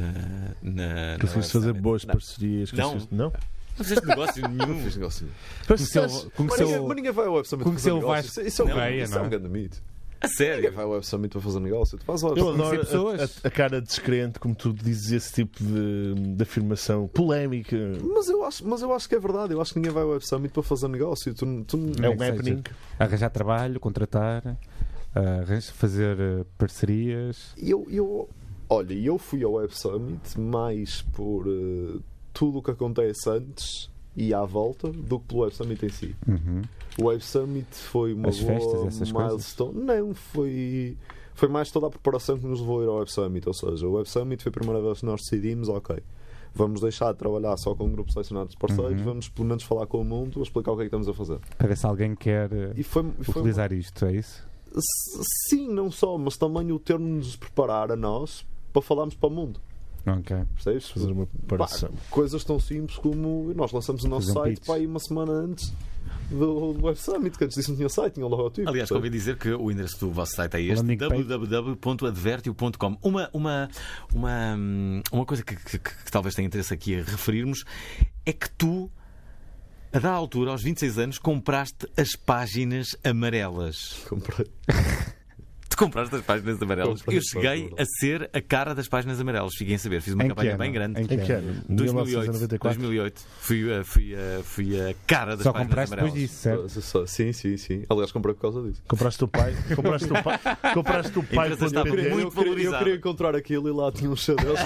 Speaker 1: na. na
Speaker 2: Conseguiste fazer boas parcerias?
Speaker 1: é Não.
Speaker 2: conseguiste- Não?
Speaker 1: Não fizeste <laughs> negócio nenhum.
Speaker 5: Fiz negócio.
Speaker 3: Conheceu,
Speaker 5: Mas ninguém-
Speaker 3: conheceu,
Speaker 5: mas ninguém vai ao Web Summit para
Speaker 3: conheceu
Speaker 5: fazer
Speaker 3: o
Speaker 5: negócio.
Speaker 3: Vasco
Speaker 5: Isso- Isso é um
Speaker 3: da
Speaker 5: grande-
Speaker 3: Gaia,
Speaker 5: isso é
Speaker 3: não
Speaker 5: um
Speaker 3: é?
Speaker 5: grande mito.
Speaker 1: A
Speaker 5: Ninguém
Speaker 1: sério.
Speaker 5: vai ao Web Summit para fazer negócio. Tu fazes ao Web
Speaker 2: Eu
Speaker 5: Summit.
Speaker 2: adoro a-
Speaker 3: pessoas.
Speaker 2: A, a cara descrente, como tu dizes esse tipo de, de afirmação polémica.
Speaker 5: Mas eu, acho, mas eu acho que é verdade. Eu acho que ninguém vai ao Web Summit para fazer negócio. Tu, tu,
Speaker 2: É
Speaker 3: é
Speaker 2: um
Speaker 3: que seja.
Speaker 2: happening.
Speaker 3: arranjar trabalho, contratar, ah, arranjar- fazer ah, parcerias.
Speaker 5: Eu, eu, olha, eu fui ao Web Summit mais por eh, tudo o que acontece antes e à volta do que pelo Web Summit em si.
Speaker 3: Uhum.
Speaker 5: O Web Summit foi uma
Speaker 3: As
Speaker 5: boa
Speaker 3: festas, essas coisas?
Speaker 5: milestone. Não, foi. Foi mais toda a preparação que nos levou a ir ao Web Summit. Ou seja, o Web Summit foi a primeira vez que nós decidimos, ok, vamos deixar de trabalhar só com grupos selecionados de parceiros,
Speaker 3: Uhum.
Speaker 5: vamos pelo menos falar com o mundo, explicar o que é que estamos a fazer.
Speaker 3: Para ver se alguém quer ah,
Speaker 5: E foi, foi uma-
Speaker 3: utilizar isto, é isso?
Speaker 5: S- Sim, não só, mas também o termo-nos preparar a nós para falarmos para o mundo.
Speaker 3: Ok.
Speaker 5: Percebes?
Speaker 2: Fazer uma preparação.
Speaker 5: Pá, coisas tão simples como nós lançamos o nosso
Speaker 3: Fazer um
Speaker 5: site
Speaker 3: pitch.
Speaker 5: pá, aí uma semana antes do, do Web Summit, que antes disso não tinha site, tinha o logotipo.
Speaker 1: Aliás,
Speaker 5: Sabe?
Speaker 1: convém dizer que o endereço do vosso site é este:
Speaker 3: Landing page.
Speaker 1: www.advertio.com. Uma, uma, uma, hum, uma coisa que, que- que- que talvez tenha interesse aqui a referirmos é que tu, a dada altura, aos 26 anos, compraste as páginas amarelas.
Speaker 5: Comprei.
Speaker 1: Tu compraste as páginas amarelas.
Speaker 5: Comprei,
Speaker 1: Eu cheguei
Speaker 5: por favor.
Speaker 1: a ser a cara das páginas amarelas. Fiquei a saber, fiz uma
Speaker 3: Em que
Speaker 1: campanha
Speaker 3: ano?
Speaker 1: bem grande.
Speaker 3: Em que
Speaker 2: Em que
Speaker 3: ano?
Speaker 2: ano?
Speaker 1: É. 2008,
Speaker 2: 1994?
Speaker 1: 2008 fui, a- fui, a- fui a cara das
Speaker 3: Só
Speaker 1: páginas
Speaker 3: compraste depois
Speaker 1: amarelas.
Speaker 3: disso, certo?
Speaker 5: Só- só- Sim, sim, sim. Aliás, comprei por causa disso.
Speaker 2: Compraste o pai? Compraste o pai? Compraste o pai?
Speaker 1: empresa estava
Speaker 2: PT?
Speaker 1: muito
Speaker 5: eu, queria, eu
Speaker 1: valorizado.
Speaker 5: queria encontrar aquilo e lá tinha um chá deles.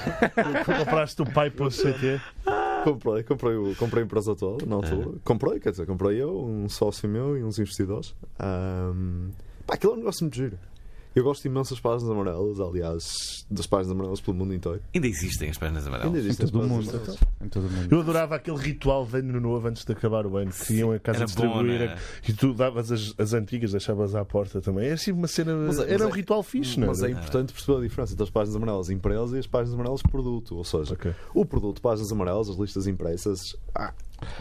Speaker 2: Compraste o pai para o CT?
Speaker 5: <laughs> comprei, comprei, o- comprei a empresa toda na altura. É. Comprei, quer dizer, comprei eu, um sócio meu e uns investidores. Ahm, pá, aquilo é um negócio muito giro. Eu gosto imenso das páginas amarelas, aliás, das páginas amarelas pelo mundo inteiro.
Speaker 1: Ainda existem as páginas amarelas.
Speaker 5: Ainda existem
Speaker 3: Em todo o
Speaker 5: as páginas
Speaker 3: mundo.
Speaker 5: amarelas.
Speaker 3: Em todo o mundo.
Speaker 2: Eu adorava aquele ritual de ano novo antes de acabar o ano, que iam a casa
Speaker 1: era
Speaker 2: distribuir
Speaker 1: bom, né?
Speaker 2: e tu davas as, as antigas, deixavas à porta também. Era assim uma cena.
Speaker 5: Mas é-
Speaker 2: era um
Speaker 5: mas é-
Speaker 2: ritual fixe, não
Speaker 5: Mas é
Speaker 2: era?
Speaker 5: importante perceber a diferença entre as páginas amarelas empresas e as páginas amarelas produto. Ou seja,
Speaker 2: Ok.
Speaker 5: o produto, páginas amarelas, as listas impressas. ah,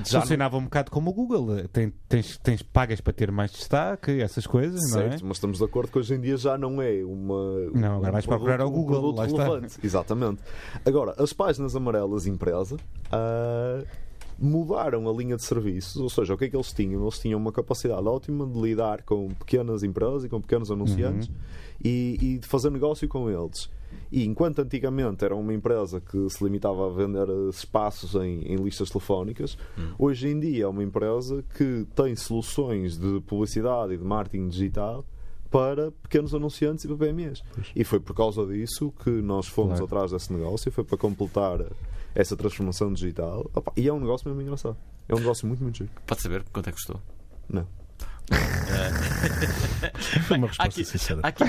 Speaker 5: já não-
Speaker 3: Funcionava um bocado como o Google. eh, Tem, tens, tens pagas para ter mais destaque, essas coisas,
Speaker 5: Certo,
Speaker 3: não é?
Speaker 5: mas estamos de acordo que hoje em dia já não é uma.
Speaker 3: Não, agora vais procurar ao Google,
Speaker 5: produto
Speaker 3: lá está.
Speaker 5: relevante. <laughs> Exatamente. Agora, as páginas amarelas empresa ah, mudaram a linha de serviços, ou seja, o que é que eles tinham? Eles tinham uma capacidade ótima de lidar com pequenas empresas e com pequenos anunciantes
Speaker 3: Uhum.
Speaker 5: e, e de fazer negócio com eles. E enquanto antigamente era uma empresa que se limitava a vender eh, espaços em, em listas telefónicas, hoje em dia é uma empresa que tem soluções de publicidade e de marketing digital para pequenos anunciantes e para PMEs. E foi por causa disso que nós fomos
Speaker 3: Claro.
Speaker 5: atrás desse negócio, foi para completar essa transformação digital. Opa, e é um negócio mesmo engraçado. É um negócio muito, muito giro.
Speaker 1: Pode saber quanto é que custou?
Speaker 5: Não.
Speaker 2: <laughs> Foi uma
Speaker 1: Há
Speaker 2: resposta
Speaker 1: aqui,
Speaker 2: sincera. <laughs>
Speaker 1: há aqui, ah,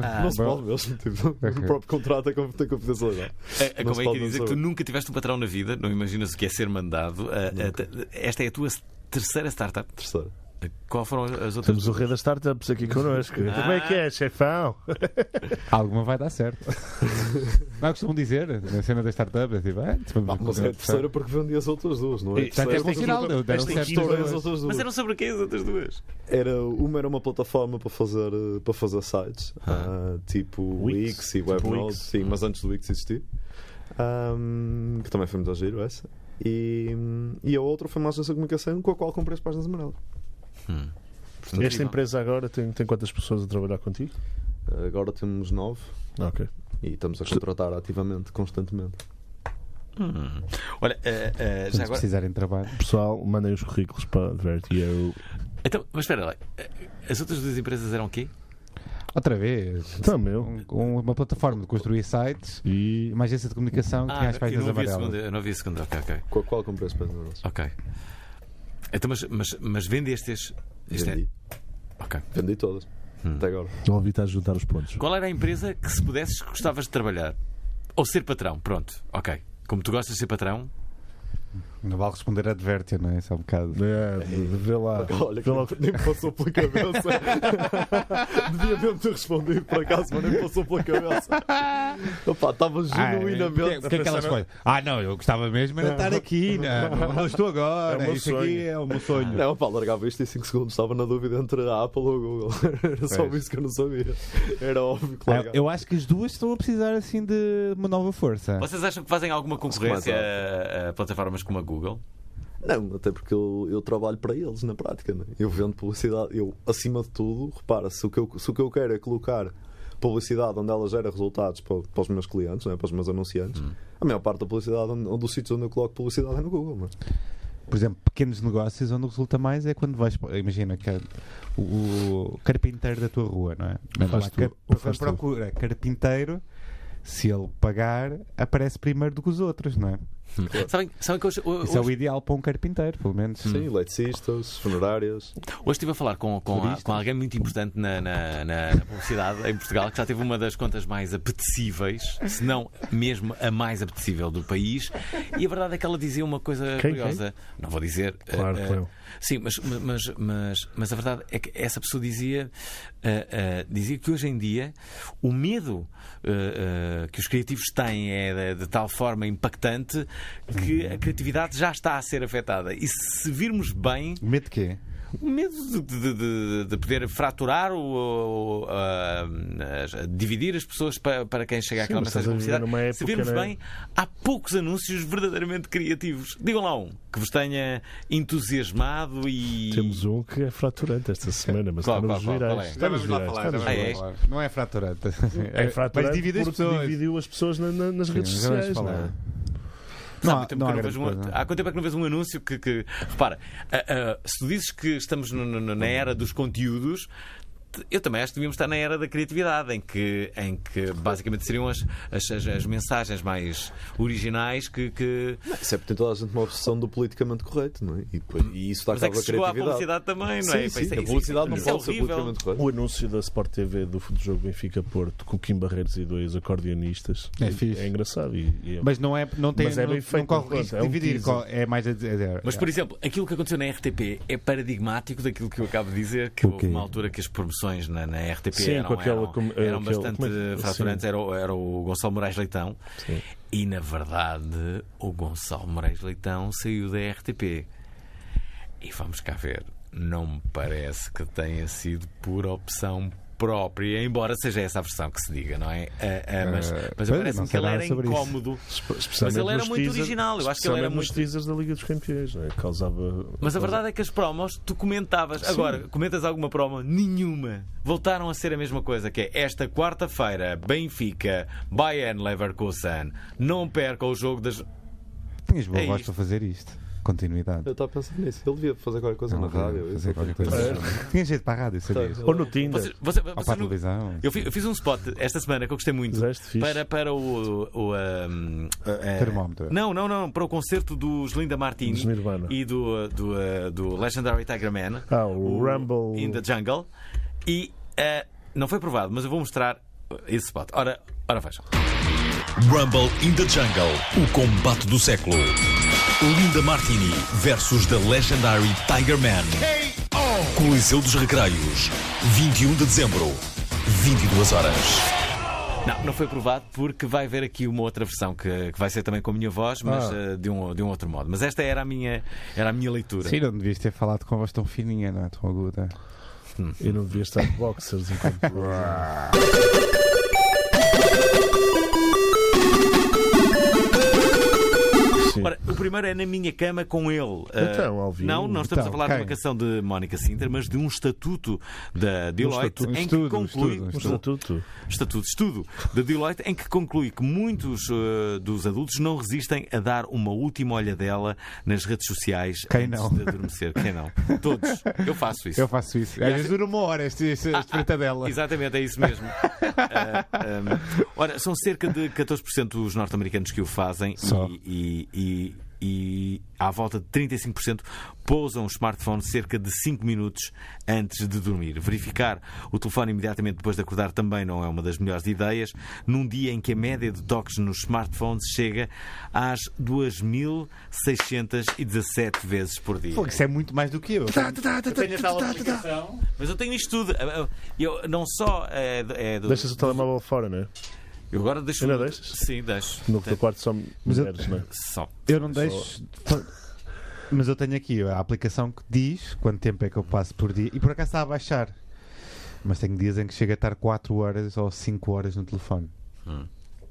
Speaker 1: há- há- há-
Speaker 5: não se pode mesmo. Tipo, O próprio contrato é com- tem confidencialidade.
Speaker 1: É,
Speaker 5: Não
Speaker 1: Como
Speaker 5: se
Speaker 1: é que
Speaker 5: pode
Speaker 1: é dizer que
Speaker 5: saber.
Speaker 1: tu nunca tiveste um patrão na vida, não imaginas o que é ser mandado. Ah, ah, te- Esta é a tua terceira startup.
Speaker 5: Terceiro.
Speaker 1: Qual foram as outras?
Speaker 2: Temos o rei das startups aqui connosco. Como é que é, chefão?
Speaker 3: Alguma vai dar
Speaker 5: <laughs>
Speaker 3: certo. não é o que costumam dizer na cena das startups. é Tipo, ah, tipo,
Speaker 5: Ah, mas é a terceira porque vendi as outras duas, não é?
Speaker 2: E-
Speaker 3: Portanto, é funcional, não, deram
Speaker 5: Esta
Speaker 3: certo
Speaker 5: equipa
Speaker 3: todas.
Speaker 5: das outras duas.
Speaker 1: Mas é eram sobre o quê as outras duas?
Speaker 5: Era, uma era uma plataforma para fazer, eh, para fazer sites, ah, tipo
Speaker 2: Wix.
Speaker 5: Wix, e
Speaker 2: Tipo
Speaker 5: Webnode,
Speaker 2: Wix.
Speaker 5: sim, mas antes do Wix existir, Ahm, que também foi muito giro essa. E, e a outra foi uma agência de comunicação com a qual comprei as páginas amarelas.
Speaker 2: Esta empresa agora tem, tem quantas pessoas a trabalhar contigo?
Speaker 5: Agora temos nove
Speaker 2: Ok.
Speaker 5: e estamos a contratar ativamente, constantemente.
Speaker 1: Hum. Olha, ah, ah, já
Speaker 3: Se
Speaker 1: agora.
Speaker 3: precisarem de trabalho.
Speaker 2: Pessoal, mandem os currículos para Advertio.
Speaker 1: Então, mas espera lá. Ah, As outras duas empresas eram o quê?
Speaker 3: Outra vez.
Speaker 2: Então, meu.
Speaker 3: Um- um- uma plataforma de construir sites e
Speaker 2: E
Speaker 3: uma agência de comunicação que tinha as
Speaker 1: Ah, eu
Speaker 3: páginas
Speaker 1: não ouvi a segunda.
Speaker 3: amarelas.
Speaker 1: Eu não ouvi a segunda. Ok, ok.
Speaker 5: Com a qual comprei as páginas amarelas.
Speaker 1: ok. Então, mas, mas, mas vendestes. Isto é-
Speaker 5: Vendi,
Speaker 1: Ok.
Speaker 5: vendi todas, até agora.
Speaker 2: não ouvi-te a juntar os pontos.
Speaker 1: Qual era a empresa que, se pudesses, gostavas de trabalhar? Ou ser patrão? Pronto, ok. Como tu gostas de ser patrão,
Speaker 3: Não vale responder advértio, não é? Isso é um bocado.
Speaker 2: É, vê lá.
Speaker 5: Olha, que nem me passou pela cabeça. Devia mesmo ter respondido por acaso, mas nem me passou pela cabeça. Opa, estava
Speaker 3: Ah,
Speaker 5: genuinamente.
Speaker 3: o que é que elas coisas? Ah, não, eu gostava mesmo era estar aqui, não, não estou agora.
Speaker 2: É o meu
Speaker 3: Isso aqui
Speaker 2: sonho.
Speaker 3: é o
Speaker 1: <laughs>
Speaker 3: meu sonho.
Speaker 5: Não, pá, largava isto em 5 segundos. Estava na dúvida entre a Apple ou o Google. <laughs> Era só isso que eu não sabia. Era óbvio que
Speaker 3: Ah,
Speaker 5: largava.
Speaker 3: Eu acho que as duas estão a precisar assim de uma nova força.
Speaker 1: Vocês acham que fazem alguma concorrência a, a plataformas como a Google?
Speaker 5: Não, até porque eu, eu trabalho para eles na prática. Né? Eu vendo publicidade, eu, acima de tudo, repara, se o que eu, se o que eu quero é colocar publicidade onde ela gera resultados para, para os meus clientes, né? para os meus anunciantes,
Speaker 1: Hum.
Speaker 5: a maior parte da publicidade, onde, dos sítios onde eu coloco publicidade é no Google. Né?
Speaker 3: Por exemplo, pequenos negócios onde resulta mais é quando vais. Imagina que o, o carpinteiro da tua rua, não é? Vai
Speaker 2: faz
Speaker 3: lá,
Speaker 2: tu,
Speaker 3: car-
Speaker 2: ou faz tu.
Speaker 3: procura carpinteiro, se ele pagar, aparece primeiro do que os outros, não é?
Speaker 1: Sabem, sabem que hoje,
Speaker 3: Isso é o
Speaker 1: hoje,
Speaker 3: ideal para um carpinteiro, pelo menos.
Speaker 5: Sim, eletricistas, funerárias.
Speaker 1: hoje estive a falar com, com, a- com alguém muito importante na, na, na- na publicidade em Portugal, que já teve uma das contas mais apetecíveis, se não mesmo a mais apetecível do país, e a verdade é que ela dizia uma coisa
Speaker 2: Quem,
Speaker 1: curiosa. Não vou dizer. eh,
Speaker 2: Claro,
Speaker 1: eh,
Speaker 2: claro.
Speaker 1: Sim, mas, mas, mas, mas a verdade é que essa pessoa dizia, ah, ah, dizia que hoje em dia o medo ah, ah, que os criativos têm é de, de tal forma impactante que
Speaker 2: Uhum.
Speaker 1: a criatividade já está a ser afetada. E se virmos bem,
Speaker 3: O medo de quê?
Speaker 1: o medo de, de- de- de poder fraturar ou, dividir as pessoas pa- para, quem chega àquela
Speaker 2: mas
Speaker 1: mensagem
Speaker 2: estás a
Speaker 1: publicidade.
Speaker 2: viver numa
Speaker 1: Se
Speaker 2: época,
Speaker 1: virmos
Speaker 2: não é?
Speaker 1: bem, há poucos anúncios verdadeiramente criativos. Digam lá um que vos tenha entusiasmado e.
Speaker 2: Temos um que é fraturante esta semana, mas
Speaker 1: Qual,
Speaker 2: está nos
Speaker 1: qual, qual? Qual
Speaker 2: virais.
Speaker 1: é?
Speaker 2: Está nos virais, está nos
Speaker 1: já vamos
Speaker 2: virais.
Speaker 1: lá.
Speaker 3: Não é fraturante.
Speaker 2: É fraturante
Speaker 3: Mas divide as
Speaker 2: porque
Speaker 3: pessoas.
Speaker 2: dividiu as pessoas na- na- nas
Speaker 3: Sim,
Speaker 2: redes
Speaker 3: mas já vamos
Speaker 2: sociais. não é?
Speaker 3: falar.
Speaker 1: Não,
Speaker 3: Não
Speaker 1: há, muito tempo que eu não
Speaker 3: grande
Speaker 1: vejo um-
Speaker 3: coisa.
Speaker 1: há quanto tempo é que não vês um anúncio que. que- repara, ah, ah, se tu dizes que estamos no- no- na era dos conteúdos. te- Eu também acho que devíamos estar na era da criatividade, em que, em que basicamente seriam as, as, as- as mensagens mais originais que. que...
Speaker 5: Isso é porque tem toda a gente uma obsessão do politicamente correto, não é? E, depois- e isso dá
Speaker 1: Mas é
Speaker 5: cabo
Speaker 1: que
Speaker 5: à
Speaker 1: chegou à publicidade
Speaker 5: criatividade.
Speaker 1: também, não é?
Speaker 5: Sim,
Speaker 1: Pá,
Speaker 5: sim,
Speaker 1: isso é-
Speaker 5: a
Speaker 1: isso é-
Speaker 5: publicidade não
Speaker 1: isso é
Speaker 5: pode ser
Speaker 1: horrível.
Speaker 5: politicamente correta.
Speaker 2: O anúncio da Sport TV do, do jogo Benfica Porto com Kim Barreiros e dois acordeonistas
Speaker 3: É fixe.
Speaker 2: engraçado. E, e é-
Speaker 3: Mas não é, não tem,
Speaker 2: Mas é
Speaker 3: não,
Speaker 2: bem feito,
Speaker 3: não corre
Speaker 2: pronto,
Speaker 3: risco
Speaker 2: é
Speaker 3: de
Speaker 2: um
Speaker 3: dividir.
Speaker 2: teaser.
Speaker 3: co- É mais a dizer. é-
Speaker 1: Mas, por exemplo, aquilo que aconteceu na RTP é paradigmático daquilo que eu acabo de dizer, que houve
Speaker 3: quê?
Speaker 1: uma altura que as promoções na, na RTP
Speaker 2: Sim,
Speaker 1: eram,
Speaker 2: com aquela
Speaker 1: eram,
Speaker 2: com-
Speaker 1: eram
Speaker 2: aquela-
Speaker 1: bastante
Speaker 2: como é que-
Speaker 1: fraturantes,
Speaker 2: sim.
Speaker 1: era, o- era o Gonçalo Moraes Leitão.
Speaker 2: Sim.
Speaker 1: E, na verdade, o Gonçalo Moraes Leitão saiu da RTP. E vamos cá ver, não me parece que tenha sido por opção própria, embora seja essa a versão que se diga, não é? Ah, ah, mas
Speaker 3: Eh,
Speaker 1: mas
Speaker 3: pois,
Speaker 1: parece-me
Speaker 3: não
Speaker 1: que ele
Speaker 3: sei nada
Speaker 1: era
Speaker 3: sobre isso.
Speaker 1: incómodo.
Speaker 2: Especialmente
Speaker 1: Mas ele era
Speaker 2: nos
Speaker 1: muito
Speaker 2: teasers-
Speaker 1: original, eu acho que ele era
Speaker 2: especialmente nos
Speaker 1: muito-
Speaker 2: teasers da Liga dos Campeões, não é? causava.
Speaker 1: Mas a verdade é que as promos tu comentavas. Agora, comentas alguma promo? Nenhuma. Voltaram a ser a mesma coisa, que é esta quarta-feira, Benfica, Bayern Leverkusen. Não perca o jogo das.
Speaker 3: Tinhas boa
Speaker 1: É
Speaker 3: voz
Speaker 1: isto.
Speaker 3: para fazer isto. Continuidade.
Speaker 5: Eu estava a pensar nisso. Ele devia fazer qualquer coisa na
Speaker 3: Não,
Speaker 5: rádio.
Speaker 3: fazer
Speaker 5: isso.
Speaker 3: qualquer coisa. Tinha jeito para a rádio, sabias?
Speaker 2: Ou no Tinder.
Speaker 1: é Vocês- vocês-
Speaker 3: Ou
Speaker 1: vocês
Speaker 3: para a
Speaker 1: não-
Speaker 3: televisão.
Speaker 1: Eu fi- eu fiz um spot esta semana que eu gostei muito
Speaker 2: Fizeste, fixe.
Speaker 1: para, para o. o, ahm, eh,
Speaker 3: Termómetro.
Speaker 1: Não, não, não. Para o concerto dos Linda Martini
Speaker 2: Dos Nirvana.
Speaker 1: e do, do, eh, do Legendary Tiger Man.
Speaker 2: Ah, o Rumble.
Speaker 1: In the Jungle. E eh, não foi provado, mas eu vou mostrar esse spot. Ora, ora vejam.
Speaker 6: Rumble in the Jungle, o combate do século. Linda Martini versus The Legendary Tiger Man. Coliseu dos Recreios, 21 de dezembro, 22 horas.
Speaker 1: Não, não foi provado porque vai haver aqui uma outra versão que, que vai ser também com a minha voz, mas
Speaker 2: Ah.
Speaker 1: eh, de, um, de um outro modo. Mas esta era a minha, era a minha leitura.
Speaker 3: Sim, não devias ter falado com a voz tão fininha, não é? Tão aguda.
Speaker 2: Eu não devia estar de
Speaker 1: <laughs>
Speaker 2: boxers enquanto. Sim.
Speaker 1: Ora, o primeiro é na minha cama com ele. Eh,
Speaker 2: Então, Alvin,
Speaker 1: Não, não estamos
Speaker 3: então,
Speaker 1: a falar de uma
Speaker 3: quem?
Speaker 1: canção de Mónica Sintra, mas de um estatuto da Deloitte
Speaker 3: um estatuto.
Speaker 1: em
Speaker 3: Estudo,
Speaker 1: que conclui.
Speaker 3: estudo,
Speaker 2: Um estatuto.
Speaker 1: Estatuto de Estudo da Deloitte, em que conclui que muitos eh, dos adultos não resistem a dar uma última olhadela nas redes sociais
Speaker 3: Quem
Speaker 1: antes
Speaker 3: não?
Speaker 1: de adormecer. Quem não? Todos. Eu faço isso.
Speaker 3: Eu faço isso. Às vezes dura uma hora este, este, este fritadela.
Speaker 1: Exatamente, é isso mesmo.
Speaker 3: <laughs>
Speaker 1: Ah, ah, ora, são cerca de 14% os norte-americanos que o fazem
Speaker 3: Só.
Speaker 1: e, e- e e à volta de 35% pousam o smartphone cerca de 5 minutos antes de dormir. Verificar o telefone imediatamente depois de acordar também não é uma das melhores ideias, num dia em que a média de toques nos smartphones chega às 2.617 vezes por dia.
Speaker 3: Pô, isso é muito mais do que eu.
Speaker 8: Tenho tal aplicação.
Speaker 1: Mas eu tenho isto tudo. Eu não só é, do- é do.
Speaker 2: Deixas o telemóvel fora, não é?
Speaker 1: Eu agora deixo.
Speaker 2: Ainda deixas?
Speaker 1: Sim, deixo.
Speaker 2: No teu quarto só mulheres, não é?
Speaker 1: Só.
Speaker 3: Eu não deixo. Mas eu tenho aqui a aplicação que diz quanto tempo é que eu passo por dia e por acaso está a baixar. Mas tenho dias em que chega a estar 4 horas ou 5 horas no telefone.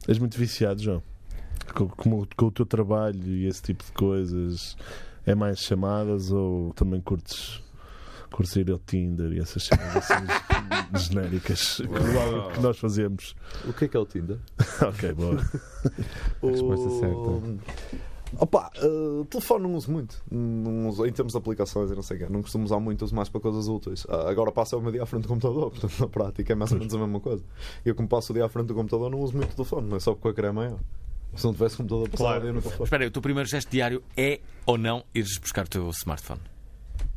Speaker 2: És muito viciado, João. Com, com o- com o teu trabalho e esse tipo de coisas, é mais chamadas ou também curtes, curtes ir ao Tinder e essas cenas assim
Speaker 3: <laughs>
Speaker 2: genéricas que nós- que nós fazemos?
Speaker 5: O que é que é o Tinder?
Speaker 2: ok, boa.
Speaker 5: O...
Speaker 3: resposta certa.
Speaker 5: Opa, eh, telefone não uso muito. Não uso- em termos de aplicações, eu não sei o quê. Não costumo usar muito, uso mais para coisas úteis. Ah, agora passo o meu dia à frente do computador, <laughs> portanto, na prática é mais ou menos a mesma coisa. Eu, como passo o dia à frente do computador, não uso muito o telefone, mas só porque a cara é maior. Se não tivesse computador, passava o dia no telefone.
Speaker 1: Espera aí, o teu primeiro gesto diário é ou não ires buscar o teu smartphone?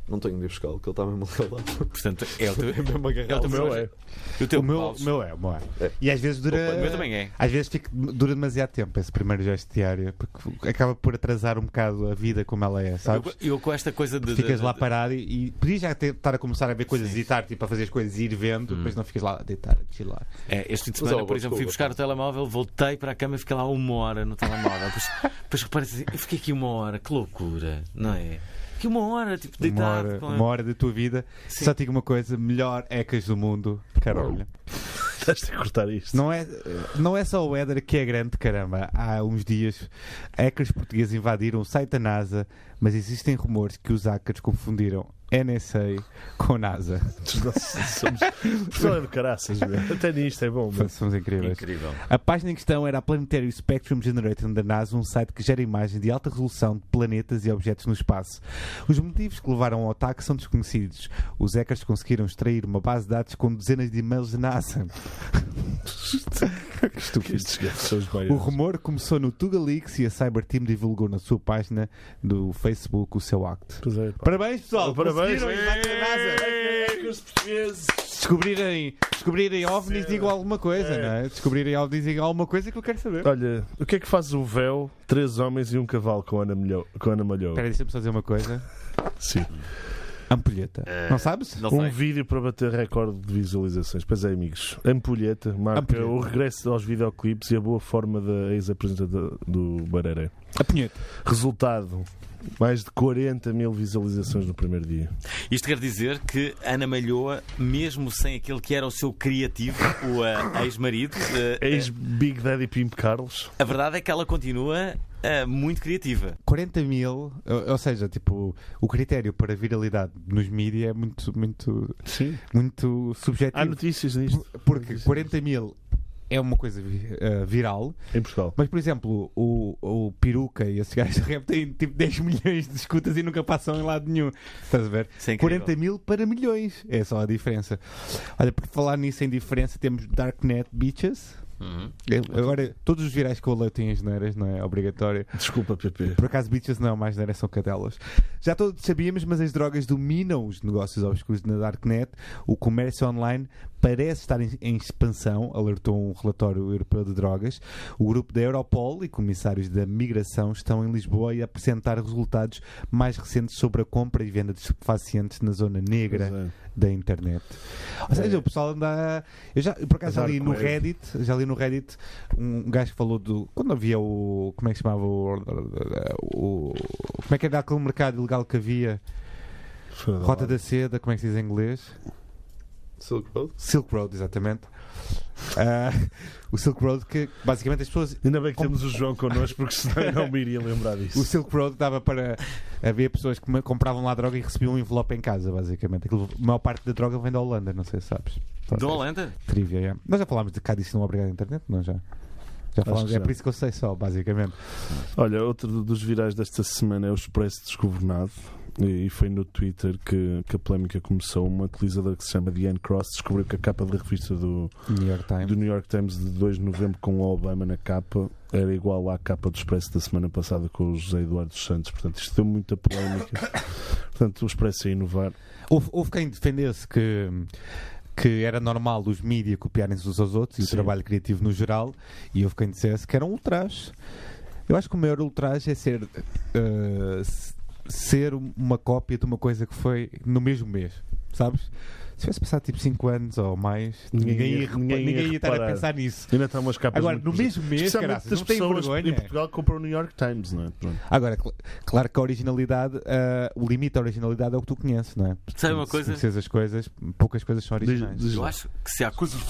Speaker 5: Não tenho de ir buscar, que ele está mesmo
Speaker 1: <laughs>
Speaker 5: calado.
Speaker 1: Portanto, é o
Speaker 5: <laughs>
Speaker 1: teu.
Speaker 5: É mesmo agarrado.
Speaker 1: o teu primeiro
Speaker 2: é.
Speaker 1: gesto. E O teu
Speaker 3: O meu,
Speaker 1: Paulo?
Speaker 3: o meu é, o meu é. E às vezes dura.
Speaker 1: O meu também é.
Speaker 3: Às vezes fica- dura demasiado tempo esse primeiro gesto diário, porque acaba por atrasar um bocado a vida como ela é, sabes?
Speaker 1: Eu, eu com esta coisa de.
Speaker 3: Ficas
Speaker 1: de-
Speaker 3: lá
Speaker 1: de-
Speaker 3: parado e, e podias já ter- estar a começar a ver coisas e estar tipo, a fazer as coisas e ir
Speaker 1: Hum.
Speaker 3: vendo, depois não ficas lá a deitar, a chilar.
Speaker 1: É, este fim de
Speaker 5: Mas,
Speaker 1: semana,
Speaker 5: ó,
Speaker 1: por exemplo, fui
Speaker 5: desculpa.
Speaker 1: buscar o telemóvel, voltei para a cama e fiquei lá uma hora no telemóvel. Depois, depois reparei assim, eu fiquei aqui uma hora, que loucura, não é? Que uma hora, tipo,
Speaker 3: Uma
Speaker 1: deitado.
Speaker 3: hora,
Speaker 1: com-
Speaker 3: uma hora da tua vida.
Speaker 1: Sim.
Speaker 3: Só te digo uma coisa: melhor ecas do mundo, Carolha.
Speaker 2: Estás a cortar isto.
Speaker 3: Não é, não é só o Éder que é grande, caramba. Há uns dias, hackers portugueses invadiram o site da NASA, mas existem rumores que os hackers confundiram NSA com NASA.
Speaker 2: Nós somos. Pessoal é de caraças, meu. Até nisto é bom,
Speaker 3: Portanto,
Speaker 2: mas.
Speaker 3: Somos incríveis.
Speaker 1: Incrível.
Speaker 3: A página em questão era a Planetary Spectrum Generator da NASA, um site que gera imagens de alta resolução de planetas e objetos no espaço. Os motivos que levaram ao ataque são desconhecidos. Os hackers conseguiram extrair uma base de dados com dezenas de e-mails da NASA. que estúpido.
Speaker 2: Estes gajos são os
Speaker 3: O
Speaker 2: maiores.
Speaker 3: rumor começou no Tuga Leaks e a Cyberteam divulgou na sua página do Facebook o seu acto.
Speaker 2: Pois é, pá.
Speaker 3: Parabéns, pessoal!
Speaker 2: Parabéns.
Speaker 3: Oh, Conseguiram invadir a NASA!
Speaker 2: portugueses.
Speaker 3: Descobrirem, descobrirem ovnis, digam alguma coisa, não é? Descobrirem ovnis, digam alguma coisa que eu quero saber.
Speaker 2: Olha, o que é que faz o véu, três homens e um cavalo com Ana, Milhou, com Ana Malhou?
Speaker 3: Espera, aí, deixa-me só dizer uma coisa.
Speaker 2: Sim.
Speaker 3: Ampulheta. Eh, Não sabes?
Speaker 1: Não
Speaker 2: Um
Speaker 1: sei.
Speaker 2: vídeo para bater recorde de visualizações. Pois é, amigos. Ampulheta marca
Speaker 3: Ampulheta.
Speaker 2: o regresso aos videoclipes e a boa forma da ex-apresentadora do Bararé.
Speaker 3: A punheta.
Speaker 2: Resultado: mais de 40 mil visualizações no primeiro dia.
Speaker 1: Isto quer dizer que Ana Malhoa, mesmo sem aquele que era o seu criativo, o eh, ex-marido, eh,
Speaker 2: É. Ex-Big Daddy Pimp Carlos.
Speaker 1: A verdade é que ela continua ah, muito criativa.
Speaker 3: 40 mil, ou, ou seja, tipo, o critério para viralidade nos mídias é muito, muito,
Speaker 2: Sim.
Speaker 3: muito subjetivo.
Speaker 2: Há notícias disto
Speaker 3: Porque 40 mil é uma coisa vi- eh, viral,
Speaker 2: em Portugal.
Speaker 3: mas, por exemplo, o, o Peruca e esses gajos de rap têm tipo 10 <laughs> milhões de escutas e nunca passam em lado nenhum. Estás a ver?
Speaker 1: Isso é incrível.
Speaker 3: 40 mil para milhões. É só a diferença. Olha, por falar nisso em diferença, temos Darknet Beaches.
Speaker 1: Uhum.
Speaker 3: Agora, todos os virais que eu leio têm as neiras, não é? Obrigatório.
Speaker 2: Desculpa, PP.
Speaker 3: Por acaso, bitches não, mais neiras são cadelas. Já todos sabíamos, mas as drogas dominam os negócios obscuros na Darknet. O comércio online parece estar em, em expansão, alertou um relatório europeu de drogas. O grupo da Europol e comissários da migração estão em Lisboa e a apresentar resultados mais recentes sobre a compra e venda de estupefacientes na zona negra da internet. Ou seja, o pessoal anda. Eu já, por acaso, já li no
Speaker 2: Dark web.
Speaker 3: Reddit, já li no Reddit um gajo que falou do. Quando havia o. Como é que se chamava o. o- como é que era aquele mercado ilegal que havia? Rota da Seda, como é que se diz em inglês?
Speaker 5: Silk Road?
Speaker 3: Silk Road, exatamente. Ah, o Silk Road que basicamente as pessoas.
Speaker 2: Ainda bem que temos o João connosco, porque senão eu não me iria lembrar disso.
Speaker 3: O Silk Road dava para. Havia pessoas que compravam lá droga e recebiam um envelope em casa, basicamente. Aquilo- a maior parte da droga vem da Holanda, não sei se sabes.
Speaker 1: Da Holanda?
Speaker 3: Trivia, yeah. Nós já falámos de cá disso não obrigado à internet, não já? Já falámos,
Speaker 2: que
Speaker 3: é
Speaker 2: já.
Speaker 3: por isso que eu sei só, basicamente.
Speaker 2: Olha, outro do- dos virais desta semana é o Expresso Desgovernado. E e foi no Twitter que, que a polémica começou. Uma utilizadora que se chama Diane Cross descobriu que a capa da revista do,
Speaker 3: New York Times.
Speaker 2: do New York Times de 2 de novembro com o Obama na capa era igual à capa do Expresso da semana passada com o José Eduardo dos Santos. Portanto, isto deu muita polémica. Portanto, o Expresso a inovar.
Speaker 3: Houve, houve quem defendesse que, que era normal os mídias copiarem-se uns aos outros e
Speaker 2: Sim.
Speaker 3: o trabalho criativo no geral, e houve quem dissesse que era um ultraje. Eu acho que o maior ultraje é ser, eh, s- ser uma cópia de uma coisa que foi no mesmo mês, sabes? Se tivesse passado tipo 5 anos ou mais,
Speaker 2: Ninguém
Speaker 3: ninguém,
Speaker 2: ia-
Speaker 3: ia, repa-
Speaker 2: ninguém ia
Speaker 3: ninguém ia estar a
Speaker 2: reparar.
Speaker 3: pensar nisso.
Speaker 2: Ainda estão umas capas.
Speaker 3: Agora,
Speaker 2: muito
Speaker 3: no
Speaker 2: bonitas.
Speaker 3: mesmo mês,
Speaker 2: Especialmente
Speaker 3: caraças,
Speaker 2: das
Speaker 3: não tem
Speaker 2: pessoas
Speaker 3: vergonha.
Speaker 2: em Portugal que compram o New York Times, não é? Pronto.
Speaker 3: Agora, cl- claro que a originalidade, eh, o limite da originalidade é o que tu conheces, não é?
Speaker 1: Sabe uma
Speaker 3: Se
Speaker 1: coisa?
Speaker 3: conheces as coisas, poucas coisas são
Speaker 2: Diz-
Speaker 3: originais.
Speaker 2: diz
Speaker 1: Eu
Speaker 2: lá.
Speaker 1: acho que se há coisas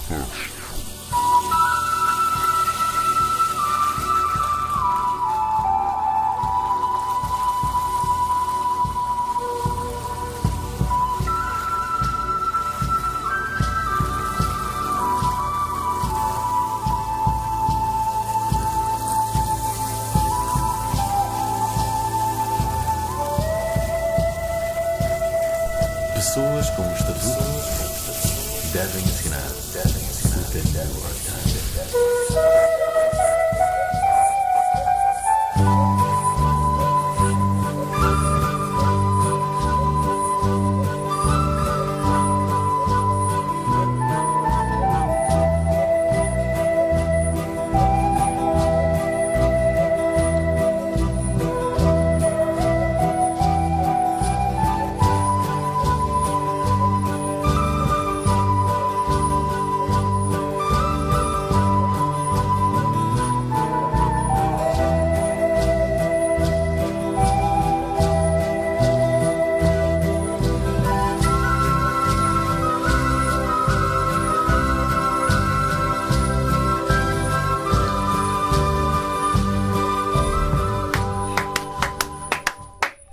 Speaker 6: Pessoas com estatuto devem assinar.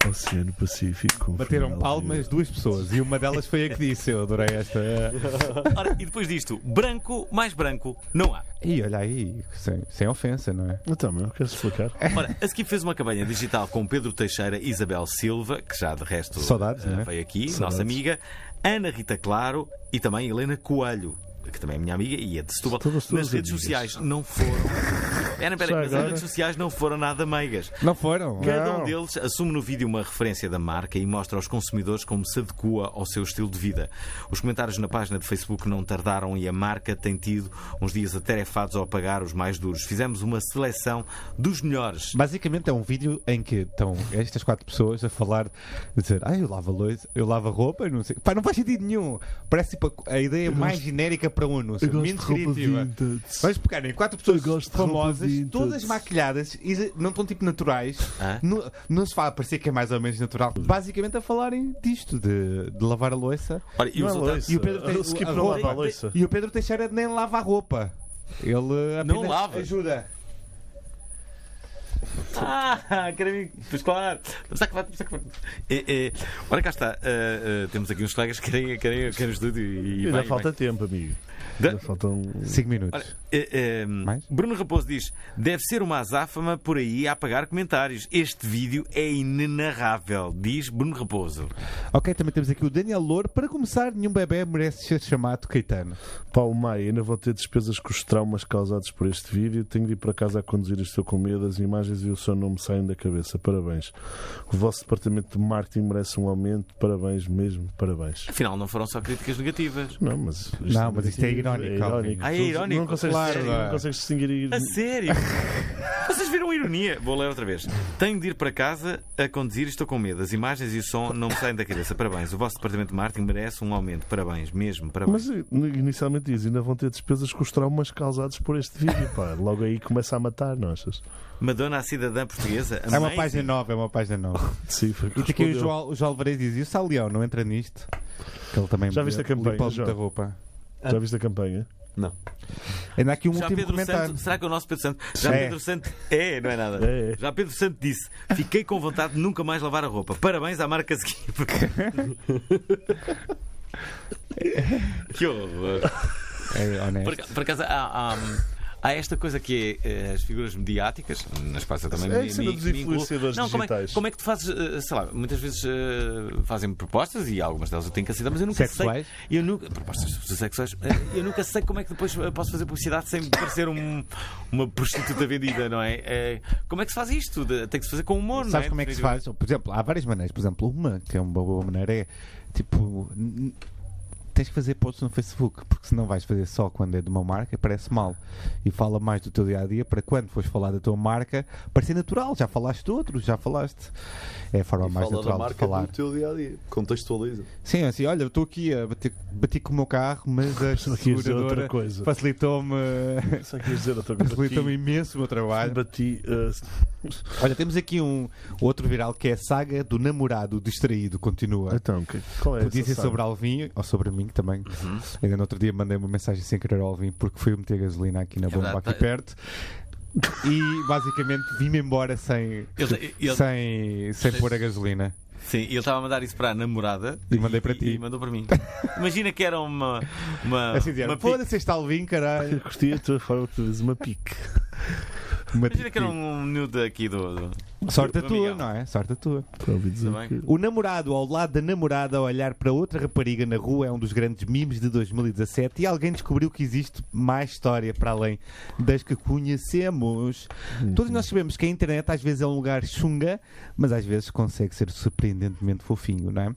Speaker 2: Oceano Pacífico. um
Speaker 3: Bateram
Speaker 2: Final,
Speaker 3: palmas
Speaker 2: e-
Speaker 3: duas pessoas e uma delas foi a que disse: Eu adorei esta.
Speaker 1: Ora, e depois disto, branco mais branco não há.
Speaker 3: E olha aí, sem, sem ofensa, não é?
Speaker 2: Então, mas eu quero explicar.
Speaker 1: Ora, a seguir fez uma campanha digital com Pedro Teixeira e Isabel Silva, que já de resto
Speaker 3: Saudades,
Speaker 1: eh,
Speaker 3: não é?
Speaker 1: veio aqui,
Speaker 2: Saudades.
Speaker 1: nossa amiga, Ana Rita Claro e também Helena Coelho, que também é minha amiga e é de Setúbal.
Speaker 2: Todas- todas
Speaker 1: Nas redes
Speaker 2: amigas.
Speaker 1: sociais não foram. Pera, pera,
Speaker 2: Já
Speaker 1: nas
Speaker 2: agora?
Speaker 1: redes sociais não foram nada meigas.
Speaker 3: Não foram?
Speaker 1: Cada
Speaker 3: Não.
Speaker 1: um deles assume no vídeo uma referência da marca e mostra aos consumidores como se adequa ao seu estilo de vida. Os comentários na página de Facebook não tardaram e a marca tem tido uns dias atarefados ao apagar os mais duros. Fizemos uma seleção dos melhores.
Speaker 3: Basicamente é um vídeo em que estão estas quatro pessoas a falar, a dizer, ah, eu lavo a louça, eu lavo a roupa, eu não sei. Pá, não faz sentido nenhum. Parece tipo a, a ideia mais genérica para um anúncio,
Speaker 2: eu gosto
Speaker 3: menos
Speaker 2: de roupa
Speaker 3: criativa.
Speaker 2: vintage.
Speaker 3: Vamos pegar em quatro pessoas
Speaker 2: Eu gosto de roupa
Speaker 3: famosas,
Speaker 2: vintage.
Speaker 3: todas maquilhadas, e não estão tipo naturais,
Speaker 1: Ah?
Speaker 3: não, não se fala parecer que é mais ou menos natural. Basicamente a falarem disto, de, de lavar a louça.
Speaker 1: Olha, e
Speaker 2: Não
Speaker 1: os
Speaker 2: é
Speaker 1: resultados-
Speaker 2: loiça.
Speaker 3: E o Pedro
Speaker 2: É
Speaker 3: tem-
Speaker 2: o skip
Speaker 3: a
Speaker 2: não
Speaker 3: roupa-
Speaker 2: lava a loiça.
Speaker 3: E o Pedro Teixeira nem lava a roupa. Ele apenas
Speaker 1: Não lava.
Speaker 3: ajuda.
Speaker 1: Ah, querem Pois claro. Saca, vai, saca, vai. É, é, Ora cá está. Ah, ah, temos aqui uns colegas que querem, querem, querem o estúdio e. e
Speaker 2: Ainda
Speaker 1: vai,
Speaker 2: falta
Speaker 1: vai.
Speaker 2: tempo, amigo.
Speaker 1: Da-
Speaker 2: Ainda faltam.
Speaker 3: 5 minutos.
Speaker 1: Ora, é, é,
Speaker 3: Mais?
Speaker 1: Bruno Raposo diz: deve ser uma azáfama por aí a apagar comentários. Este vídeo é inenarrável, diz Bruno Raposo.
Speaker 3: Ok, também temos aqui o Daniel Louro. Para começar, nenhum bebê merece ser chamado Caetano.
Speaker 2: Paulo Maia, ainda vou ter despesas com os traumas causados por este vídeo. Tenho de ir para casa a conduzir. Estou com medo. As imagens e o som não me saem da cabeça. Parabéns. O vosso departamento de marketing merece um aumento. Parabéns mesmo. Parabéns.
Speaker 1: Afinal, não foram só críticas negativas.
Speaker 2: Não, mas isto,
Speaker 3: Não, mas isto é irónico, Alvin.
Speaker 1: Ah, é
Speaker 2: Tu
Speaker 1: irónico?
Speaker 2: Não consegues,
Speaker 1: Claro,
Speaker 2: distinguir- não consegues distinguir.
Speaker 1: A <laughs> sério? Vocês viram a ironia? Vou ler outra vez. Tenho de ir para casa a conduzir e estou com medo. As imagens e o som não me saem da cabeça. Parabéns. O vosso departamento de marketing merece um aumento. Parabéns, mesmo. Parabéns.
Speaker 2: Mas eh, inicialmente diz, ainda vão ter despesas com os traumas causados por este vídeo. Pá. Logo aí começa a matar, não achas?
Speaker 1: Madonna, a cidadã portuguesa.
Speaker 3: É uma
Speaker 1: amazing.
Speaker 3: página nova, é uma página nova.
Speaker 2: <laughs> Sim, foi o que
Speaker 3: E aqui o
Speaker 2: respondeu.
Speaker 3: João, o João Alvarez diz: e o Sal Leão não entra nisto? Que ele também
Speaker 2: Já viste a campanha,
Speaker 3: limpa muito
Speaker 2: João?
Speaker 3: da roupa.
Speaker 2: Já viste a campanha?
Speaker 3: Ainda há aqui um
Speaker 1: Já
Speaker 3: último
Speaker 1: Pedro
Speaker 3: comentário.
Speaker 1: Santo, será que é o nosso Pedro Santo? Já
Speaker 3: É.
Speaker 1: Pedro Santo é, não é nada.
Speaker 2: É, é.
Speaker 1: Já Pedro Santo disse: fiquei com vontade de nunca mais lavar a roupa. Parabéns à marca
Speaker 3: <laughs>
Speaker 1: seguinte. que horror.
Speaker 3: É honesto. É
Speaker 1: Por, aca- por acaso, há, há, Há esta coisa que é eh, as figuras mediáticas, nas quais eu também
Speaker 2: É a
Speaker 1: me,
Speaker 2: cena
Speaker 1: me,
Speaker 2: dos
Speaker 1: me incluo.
Speaker 2: influenciadores
Speaker 1: não, como é,
Speaker 2: digitais.
Speaker 1: como é que tu fazes, eh, sei lá, muitas vezes eh, fazem-me propostas e algumas delas eu tenho que aceitar, mas eu nunca
Speaker 3: Sexuais?
Speaker 1: sei. Eu nunca, propostas sexuais, eh, eu nunca sei como é que depois eh, posso fazer publicidade sem parecer um- uma prostituta vendida, não é? Eh, como é que se faz isto? De- tem que se fazer com humor, não é?
Speaker 3: Sabes como é que se faz? Por exemplo, há várias maneiras. Por exemplo, uma que é uma boa maneira é tipo. n- Tens que fazer posts no Facebook, porque senão vais fazer só quando é de uma marca, parece mal. E fala mais do teu dia a dia para quando fores falar da tua marca, parecer natural. Já falaste de outros, já falaste. É a forma
Speaker 5: E
Speaker 3: mais
Speaker 5: fala da
Speaker 3: natural de
Speaker 5: marca
Speaker 3: falar.
Speaker 5: do teu dia a dia. Contextualiza.
Speaker 3: Sim, assim, olha, eu estou aqui a bater, bati com o meu carro, mas a
Speaker 2: Só quis dizer outra
Speaker 3: seguradora
Speaker 2: coisa.
Speaker 3: facilitou-me
Speaker 2: Só quis dizer outra coisa.
Speaker 3: facilitou
Speaker 2: Bati-
Speaker 3: imenso o meu trabalho.
Speaker 2: Bati. ah,
Speaker 3: Olha, temos aqui um outro viral que é a saga do namorado distraído, continua.
Speaker 2: Então, que- qual é
Speaker 3: Podia
Speaker 2: essa
Speaker 3: ser sobre
Speaker 2: saga?
Speaker 3: Alvin ou sobre mim também.
Speaker 1: Uhum.
Speaker 3: Ainda no outro dia mandei uma mensagem sem querer ao Alvin porque fui meter gasolina aqui na bomba,
Speaker 1: verdade,
Speaker 3: aqui
Speaker 1: tá-
Speaker 3: perto. E basicamente vim-me embora sem,
Speaker 1: Ele- ele-
Speaker 3: sem, sem pôr a gasolina.
Speaker 1: Sim, ele estava a mandar isso para a namorada
Speaker 3: E mandei para ti.
Speaker 1: E mandou para <laughs> mim. Imagina que era uma. uma,
Speaker 3: Assim dizer,
Speaker 1: uma pic-
Speaker 3: foda-se este Alvin, caralho.
Speaker 2: Eu curti a tua forma de dizer uma pique.
Speaker 3: Uma
Speaker 1: Imagina que era
Speaker 3: piqui.
Speaker 1: um nude aqui do. do-
Speaker 3: Sorte a
Speaker 1: do
Speaker 3: tua,
Speaker 1: Miguel.
Speaker 3: não é? Sorte a tua.
Speaker 2: Para ouvir dizer
Speaker 1: Também.
Speaker 2: que-
Speaker 3: O namorado ao lado da namorada a olhar para outra rapariga na rua é um dos grandes memes de 2017 e alguém descobriu que existe mais história para além das que conhecemos. Todos nós sabemos que a internet às vezes é um lugar chunga, mas às vezes consegue ser surpreendentemente fofinho, não é?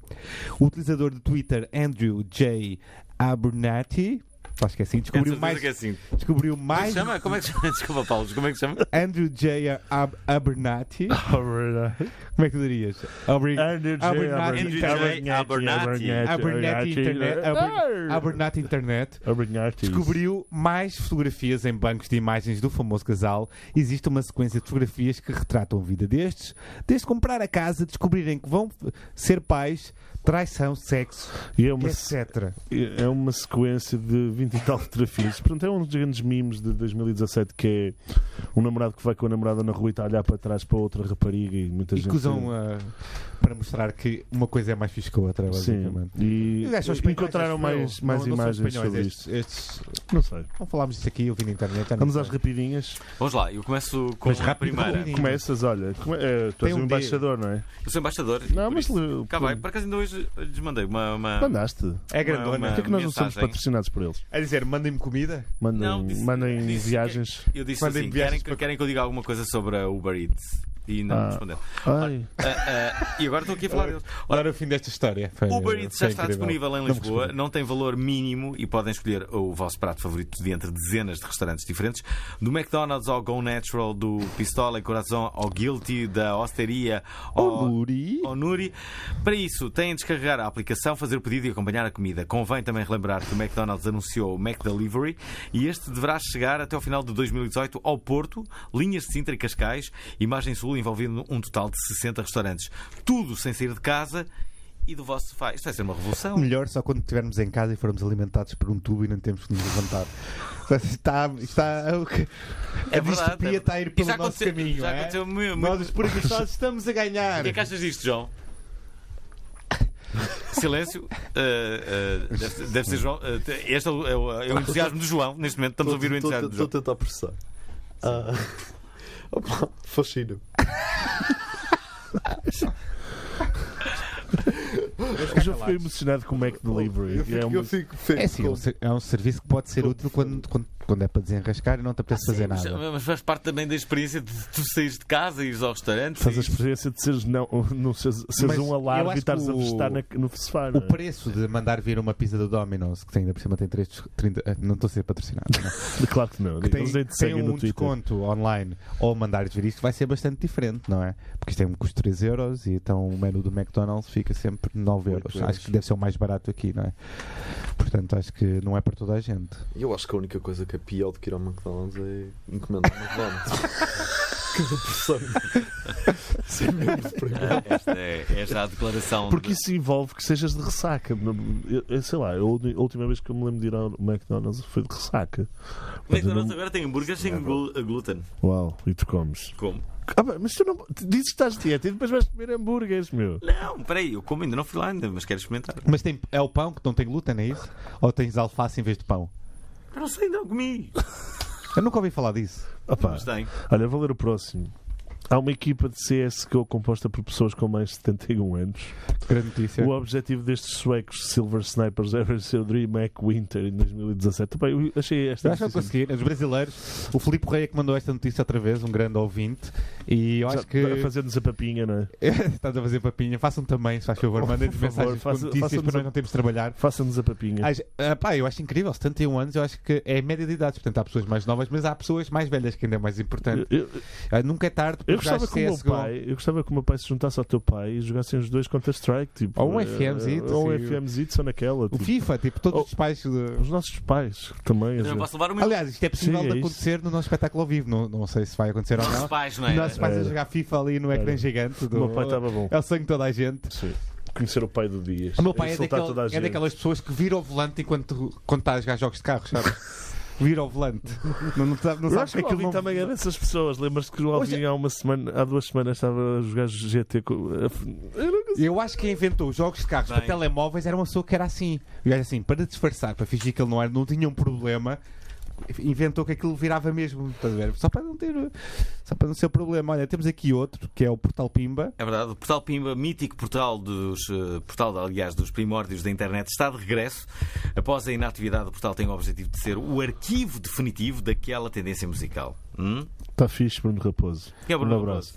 Speaker 3: O utilizador de Twitter Andrew J. Abernathy, acho que é assim,
Speaker 1: Tenho
Speaker 3: descobriu
Speaker 1: certeza
Speaker 3: mais,
Speaker 1: que é assim.
Speaker 3: descobriu
Speaker 1: Como é que
Speaker 3: mais
Speaker 1: se chama? Como é que se chama? <laughs> Desculpa, Paulo. Como é que se chama?
Speaker 3: Andrew J. Ab Abernathy. Como é que tu dirias? Abri-
Speaker 2: Andrew J.
Speaker 3: Abernathy
Speaker 1: Abernathy.
Speaker 3: Internet.
Speaker 1: Abernathy.
Speaker 3: Abernathy Internet, Aber- Abernathy Internet
Speaker 2: Abernathy.
Speaker 3: descobriu mais fotografias em bancos de imagens do famoso casal. Existe uma sequência de fotografias que retratam a vida destes, desde comprar a casa, descobrirem que vão ser pais, traição, sexo,
Speaker 2: E é uma,
Speaker 3: etc.
Speaker 2: é uma sequência de 20 e tal <laughs> fotografias. Portanto, é um dos grandes mimos de 2017 que é um namorado que vai com a namorada na rua e está a olhar para trás para outra rapariga e muita
Speaker 3: E
Speaker 2: gente.
Speaker 3: que usam ah, para mostrar que uma coisa é mais fixe que a outra,
Speaker 2: Sim,
Speaker 3: basicamente.
Speaker 2: e
Speaker 3: Os gajos são espanhóis,
Speaker 2: encontraram
Speaker 3: acho
Speaker 2: mais,
Speaker 3: eu.
Speaker 2: mais
Speaker 3: é Não- não são
Speaker 2: imagens
Speaker 3: espanhóis é
Speaker 2: sobre
Speaker 3: estes-
Speaker 2: isto.
Speaker 3: estes-
Speaker 2: Não sei.
Speaker 3: Não falámos disto aqui, eu vi na internet. já não
Speaker 2: Vamos
Speaker 3: sei.
Speaker 2: às rapidinhas.
Speaker 1: Vamos lá, eu começo com
Speaker 3: Mas
Speaker 1: a
Speaker 3: rápido,
Speaker 1: primeira.
Speaker 3: rapidinho.
Speaker 2: Começas, olha. come- é, tu
Speaker 3: Tem
Speaker 2: és um
Speaker 3: um D.
Speaker 2: embaixador, não é?
Speaker 1: Eu sou embaixador.
Speaker 2: Não,
Speaker 1: por
Speaker 2: mas
Speaker 1: isso-
Speaker 2: lhe-
Speaker 1: Cá vai, por acaso ainda hoje lhes mandei uma. uma-
Speaker 2: Mandaste.
Speaker 3: É grandona.
Speaker 1: Uma- uma-
Speaker 2: Porquê que nós não somos
Speaker 1: mensagem.
Speaker 2: patrocinados por eles?
Speaker 3: A dizer, mandem-me comida.
Speaker 2: Mandem,
Speaker 1: Não, disse-
Speaker 3: <laughs>
Speaker 2: mandem
Speaker 1: disse que-
Speaker 2: viagens.
Speaker 1: Eu disse
Speaker 3: Mandem
Speaker 1: assim:
Speaker 3: viagens
Speaker 1: querem que, querem que eu diga alguma coisa sobre a Uber Eats? E não
Speaker 2: Ah.
Speaker 1: me responderam.
Speaker 2: Ai,
Speaker 1: Ah, ah, e agora estou aqui a falar deles. Ora,
Speaker 3: Ora, o fim desta história. Foi-
Speaker 1: Uber Eats já
Speaker 3: foi
Speaker 1: está
Speaker 3: incrível.
Speaker 1: disponível em
Speaker 3: Não
Speaker 1: Lisboa, não, tem valor mínimo e podem escolher o vosso prato favorito de entre dezenas de restaurantes diferentes, do McDonald's ao Go Natural, do Pistola e Coração ao Guilty, da Osteria ao
Speaker 3: Nuri.
Speaker 1: ao Nuri. Para isso, têm de descarregar a aplicação, fazer o pedido e acompanhar a comida. Convém também relembrar que o McDonald's anunciou o McDelivery e este deverá chegar até ao final de 2018 ao Porto, linhas de Sintra e Cascais, imagem sul envolvendo um total de 60 restaurantes. Tudo sem sair de casa e do vosso sofá. Isto vai ser uma revolução.
Speaker 3: Melhor só quando estivermos em casa e formos alimentados por um tubo e não temos que nos levantar. Está, está, o que- a
Speaker 1: É verdade,
Speaker 3: distopia
Speaker 1: é
Speaker 3: está a
Speaker 1: verdade.
Speaker 3: ir pelo
Speaker 1: E já
Speaker 3: nosso
Speaker 1: aconteceu-
Speaker 3: caminho.
Speaker 1: já
Speaker 3: é?
Speaker 1: aconteceu muito-
Speaker 3: Nós, os preguiçosos, estamos a ganhar.
Speaker 1: O que é que achas disto, João? <laughs> Silêncio. Ah, ah, deve, deve ser João. Ah, este é o, é o- é o entusiasmo do João. Neste momento estamos a ouvir o entusiasmo do
Speaker 5: Estou a
Speaker 1: João.
Speaker 5: tentar processar. Ah, <laughs> opa, Fascina.
Speaker 2: eu já fiquei emocionado com o Mac Delivery.
Speaker 5: Eu fico,
Speaker 2: É uma-
Speaker 5: assim, eu fico feio.
Speaker 3: É sim, é um ser- é um serviço que pode ser útil quando, quando, quando é para desenrascar e não te apetece fazer
Speaker 1: Ah, Mas,
Speaker 3: nada.
Speaker 1: mas faz parte também da experiência de tu saíres de casa, ires ao restaurante.
Speaker 2: Faz a
Speaker 1: e-
Speaker 2: experiência de seres, não, não seres, seres
Speaker 3: Mas
Speaker 2: um
Speaker 3: eu
Speaker 2: alarme
Speaker 3: acho
Speaker 2: e estares
Speaker 3: que
Speaker 2: a
Speaker 3: o-
Speaker 2: festar na, no sofá.
Speaker 3: O
Speaker 2: não é?
Speaker 3: preço de mandar vir uma pizza do Domino's, que ainda por cima tem 3, 30. ah, Não estou a ser patrocinado. não.
Speaker 2: Claro que não.
Speaker 3: que tem,
Speaker 2: Eles nem te
Speaker 3: tem
Speaker 2: seguem
Speaker 3: um
Speaker 2: no Twitter.
Speaker 3: desconto online ou mandares vir isto vai ser bastante diferente, não é? Porque isto é um custo de 3€ euros, e então o menu do McDonald's fica sempre 9 euros.
Speaker 5: euros.
Speaker 3: Acho que deve ser o mais barato aqui, não é? Portanto, acho que não é para toda a gente.
Speaker 5: Eu acho que a única coisa que é pior do que ir ao McDonald's é encomendar ao McDonald's. Cada pressão. Sim, mesmo deprimente.
Speaker 1: Esta é, esta é a declaração.
Speaker 2: Porque
Speaker 1: de-
Speaker 2: isso envolve que sejas de ressaca. Eu, eu sei lá, eu- a última vez que eu me lembro de ir ao McDonald's foi de ressaca.
Speaker 1: é O McDonald's agora tem hambúrgueres
Speaker 3: é
Speaker 1: sem glu- glúten.
Speaker 2: Uau, e tu comes.
Speaker 1: Como?
Speaker 2: Ah, bem, mas tu não. tu Dizes que estás de dieta e depois vais comer hambúrgueres, meu.
Speaker 1: Não, peraí, eu como ainda não fui lá ainda, mas quero experimentar.
Speaker 3: Mas tem, é o pão que não tem glúten, é isso? Ou tens alface em vez de pão?
Speaker 1: Eu não sei, ainda não comi.
Speaker 3: Eu nunca ouvi falar disso.
Speaker 2: Opa,
Speaker 1: Mas tem.
Speaker 2: Ah, olha, vou ler o próximo. Há uma equipa de CSGO composta por pessoas com mais de 71 anos.
Speaker 3: Grande notícia.
Speaker 2: O objetivo destes suecos Silver Snipers era vencer o Dream Hack Winter em 2017. Bem, eu achei esta
Speaker 3: Eu acho que
Speaker 2: notícia-
Speaker 3: conseguir. Os brasileiros, o Filipe Reia que mandou esta notícia outra vez, um grande ouvinte, e eu acho que.
Speaker 2: Para Fazer-nos a papinha, não é?
Speaker 3: <laughs> Estás a tá fazer papinha, façam também, se faz favor, um
Speaker 2: Oh,
Speaker 3: mandem-nos
Speaker 2: por favor,
Speaker 3: mensagens
Speaker 2: faça-
Speaker 3: com notícias
Speaker 2: faça-nos
Speaker 3: para
Speaker 2: a-
Speaker 3: nós não termos de trabalhar.
Speaker 2: Faça-nos a papinha.
Speaker 3: Ai, ah, pá, eu acho incrível, 71 anos, eu acho que é a média de idade, portanto há pessoas mais novas, mas há pessoas mais velhas que ainda é mais
Speaker 2: Eu-
Speaker 3: importante.
Speaker 2: eu,
Speaker 3: Ah, nunca é tarde para
Speaker 2: eu
Speaker 3: jogar
Speaker 2: gostava que o meu
Speaker 3: CSGO.
Speaker 2: pai, eu gostava que o meu pai se juntasse ao teu pai e jogassem os dois Counter-Strike, tipo,
Speaker 3: Ou um
Speaker 2: eh,
Speaker 3: FMzito,
Speaker 2: ou um
Speaker 3: assim,
Speaker 2: FMzito só naquela,
Speaker 3: O
Speaker 2: tipo.
Speaker 3: FIFA, tipo, todos
Speaker 2: Oh.
Speaker 3: os pais. de-
Speaker 2: os nossos pais também. a
Speaker 1: Eu
Speaker 2: jogar.
Speaker 1: posso levar o meu.
Speaker 3: Aliás, isto é possível
Speaker 2: Sim, é
Speaker 3: de
Speaker 2: isso.
Speaker 3: acontecer no nosso espetáculo ao vivo, não, não sei se vai acontecer ou
Speaker 1: Nossos
Speaker 2: <laughs>
Speaker 3: não.
Speaker 1: pais, não é?
Speaker 3: Nossos pais a
Speaker 2: Era.
Speaker 3: jogar FIFA ali no ecrã
Speaker 2: Era.
Speaker 3: gigante.
Speaker 2: O
Speaker 3: Do...
Speaker 2: meu pai tá- estava bom.
Speaker 3: É o sonho de toda a gente.
Speaker 2: Sim. Conhecer o pai do Dias.
Speaker 3: O meu pai é,
Speaker 2: Insultar
Speaker 3: daquele-
Speaker 2: toda a
Speaker 3: é
Speaker 2: gente.
Speaker 3: daquelas pessoas que vira o volante enquanto quando está a jogar jogos de
Speaker 2: <laughs>
Speaker 3: carros, sabe? Vira o volante. Não, não, sabe- não
Speaker 2: Eu
Speaker 3: sabe
Speaker 2: acho que
Speaker 3: aquilo
Speaker 2: aquilo
Speaker 3: não-
Speaker 2: também era essas pessoas. Lembras-te que o
Speaker 3: é Hoje- é-
Speaker 2: Alvin há, uma semana, há duas semanas estava a jogar GT com. a- Eu nunca-
Speaker 3: Eu acho que quem inventou os jogos de carros para
Speaker 1: Bem.
Speaker 3: telemóveis era uma pessoa que era assim. E era assim, para disfarçar, para fingir que ele não, era, não tinha um problema, inventou que aquilo virava mesmo. estás a ver? Só para não ter. Só para não ser problema. Olha, temos aqui outro, que é o Portal Pimba.
Speaker 1: É verdade, o Portal Pimba, mítico portal dos eh, portal, aliás, dos primórdios da internet, está de regresso. Após a inatividade, o portal tem o objetivo de ser o arquivo definitivo daquela tendência musical. Hum?
Speaker 2: Está Tá fixe, Bruno Raposo.
Speaker 1: Que é Bruno
Speaker 2: um abraço.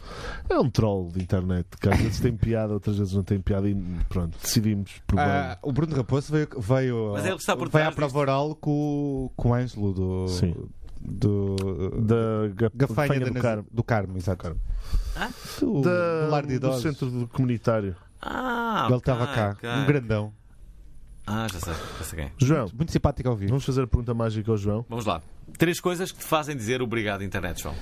Speaker 2: É um troll de internet que às vezes tem piada, outras vezes não tem piada e pronto, decidimos. por bem.
Speaker 3: Ah, o Bruno Raposo veio, veio,
Speaker 1: Mas é ele está por
Speaker 3: veio
Speaker 1: trás
Speaker 3: à prova oral com, com o Ângelo do.
Speaker 2: Sim.
Speaker 3: do
Speaker 2: da ga-
Speaker 3: Gafanha
Speaker 2: Gafanha
Speaker 3: da
Speaker 2: do
Speaker 3: Naz-
Speaker 2: Carmo.
Speaker 3: do Carmo, exato.
Speaker 1: Ah?
Speaker 3: Do, do
Speaker 2: Da,
Speaker 3: lar de
Speaker 2: do
Speaker 3: idosos.
Speaker 2: centro do comunitário.
Speaker 1: Ah,
Speaker 3: ele
Speaker 1: ok,
Speaker 3: estava cá,
Speaker 1: ok.
Speaker 3: um grandão.
Speaker 1: Ah, já sei, já sei quem.
Speaker 2: João,
Speaker 3: Muito simpático ao vivo.
Speaker 2: vamos fazer a pergunta mágica ao João.
Speaker 1: Vamos lá. Três coisas que te fazem dizer obrigado, internet, João.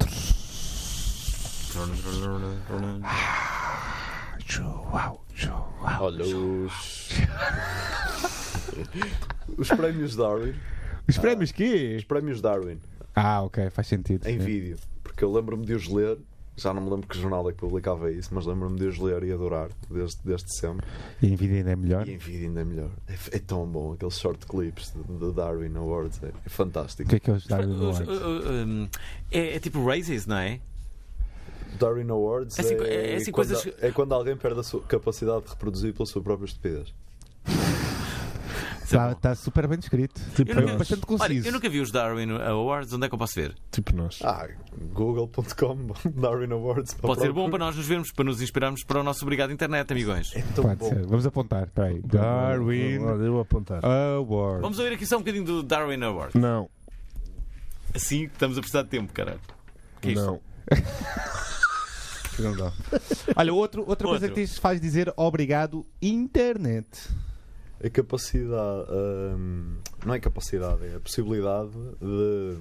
Speaker 5: <laughs> Olha, os. os <laughs> prémios Darwin.
Speaker 3: Os prémios quê?
Speaker 5: Os prémios Darwin
Speaker 3: Ah, ok, faz sentido.
Speaker 5: em
Speaker 3: sim.
Speaker 5: vídeo. Porque eu lembro-me de os ler. Já não me lembro que jornal é que publicava isso, mas lembro-me de os ler e adorar desde, desde sempre.
Speaker 3: E em vídeo ainda é melhor.
Speaker 5: E em vídeo ainda é melhor. É, é tão bom aqueles short clips do Darwin Awards. É, é
Speaker 3: O
Speaker 5: fantástico.
Speaker 3: que é que eles
Speaker 1: <laughs>
Speaker 3: daram no
Speaker 1: Os-
Speaker 3: ar?
Speaker 1: eh, eh, hum, É, é tipo raises, não é?
Speaker 5: Darwin Awards
Speaker 1: É
Speaker 5: é,
Speaker 1: assim- é assim
Speaker 5: quando,
Speaker 1: coisas-
Speaker 5: é quando alguém perde a sua capacidade de reproduzir pela sua própria estupidez.
Speaker 1: Isso é
Speaker 3: Está
Speaker 1: bom.
Speaker 3: está Tá, super bem descrito.
Speaker 2: Tipo
Speaker 1: Eu nunca-
Speaker 2: nós.
Speaker 3: é Bastante
Speaker 1: Olha,
Speaker 3: conciso.
Speaker 1: eu nunca vi os Darwin Awards, onde é que eu posso ver?
Speaker 2: Tipo nós.
Speaker 5: Ah, <laughs> google.com Darwin Awards.
Speaker 1: Pode ser bom para nós nos vermos, para nos inspirarmos para o nosso obrigado, internet, amigões.
Speaker 5: É tão
Speaker 3: Pode
Speaker 5: bom.
Speaker 3: ser. Vamos apontar. Espera aí. Darwin
Speaker 2: Olha, eu vou apontar.
Speaker 3: Ah, Award.
Speaker 1: Vamos ouvir aqui só um bocadinho do Darwin Award.
Speaker 2: Não,
Speaker 1: Assim que estamos a precisar de tempo, caralho. Que é isto?
Speaker 2: não.
Speaker 1: <laughs>
Speaker 3: Não dá. Olha, outro, outra coisa
Speaker 1: Outro.
Speaker 3: que te faz dizer obrigado, internet.
Speaker 5: A capacidade. hum, não é capacidade, é a possibilidade de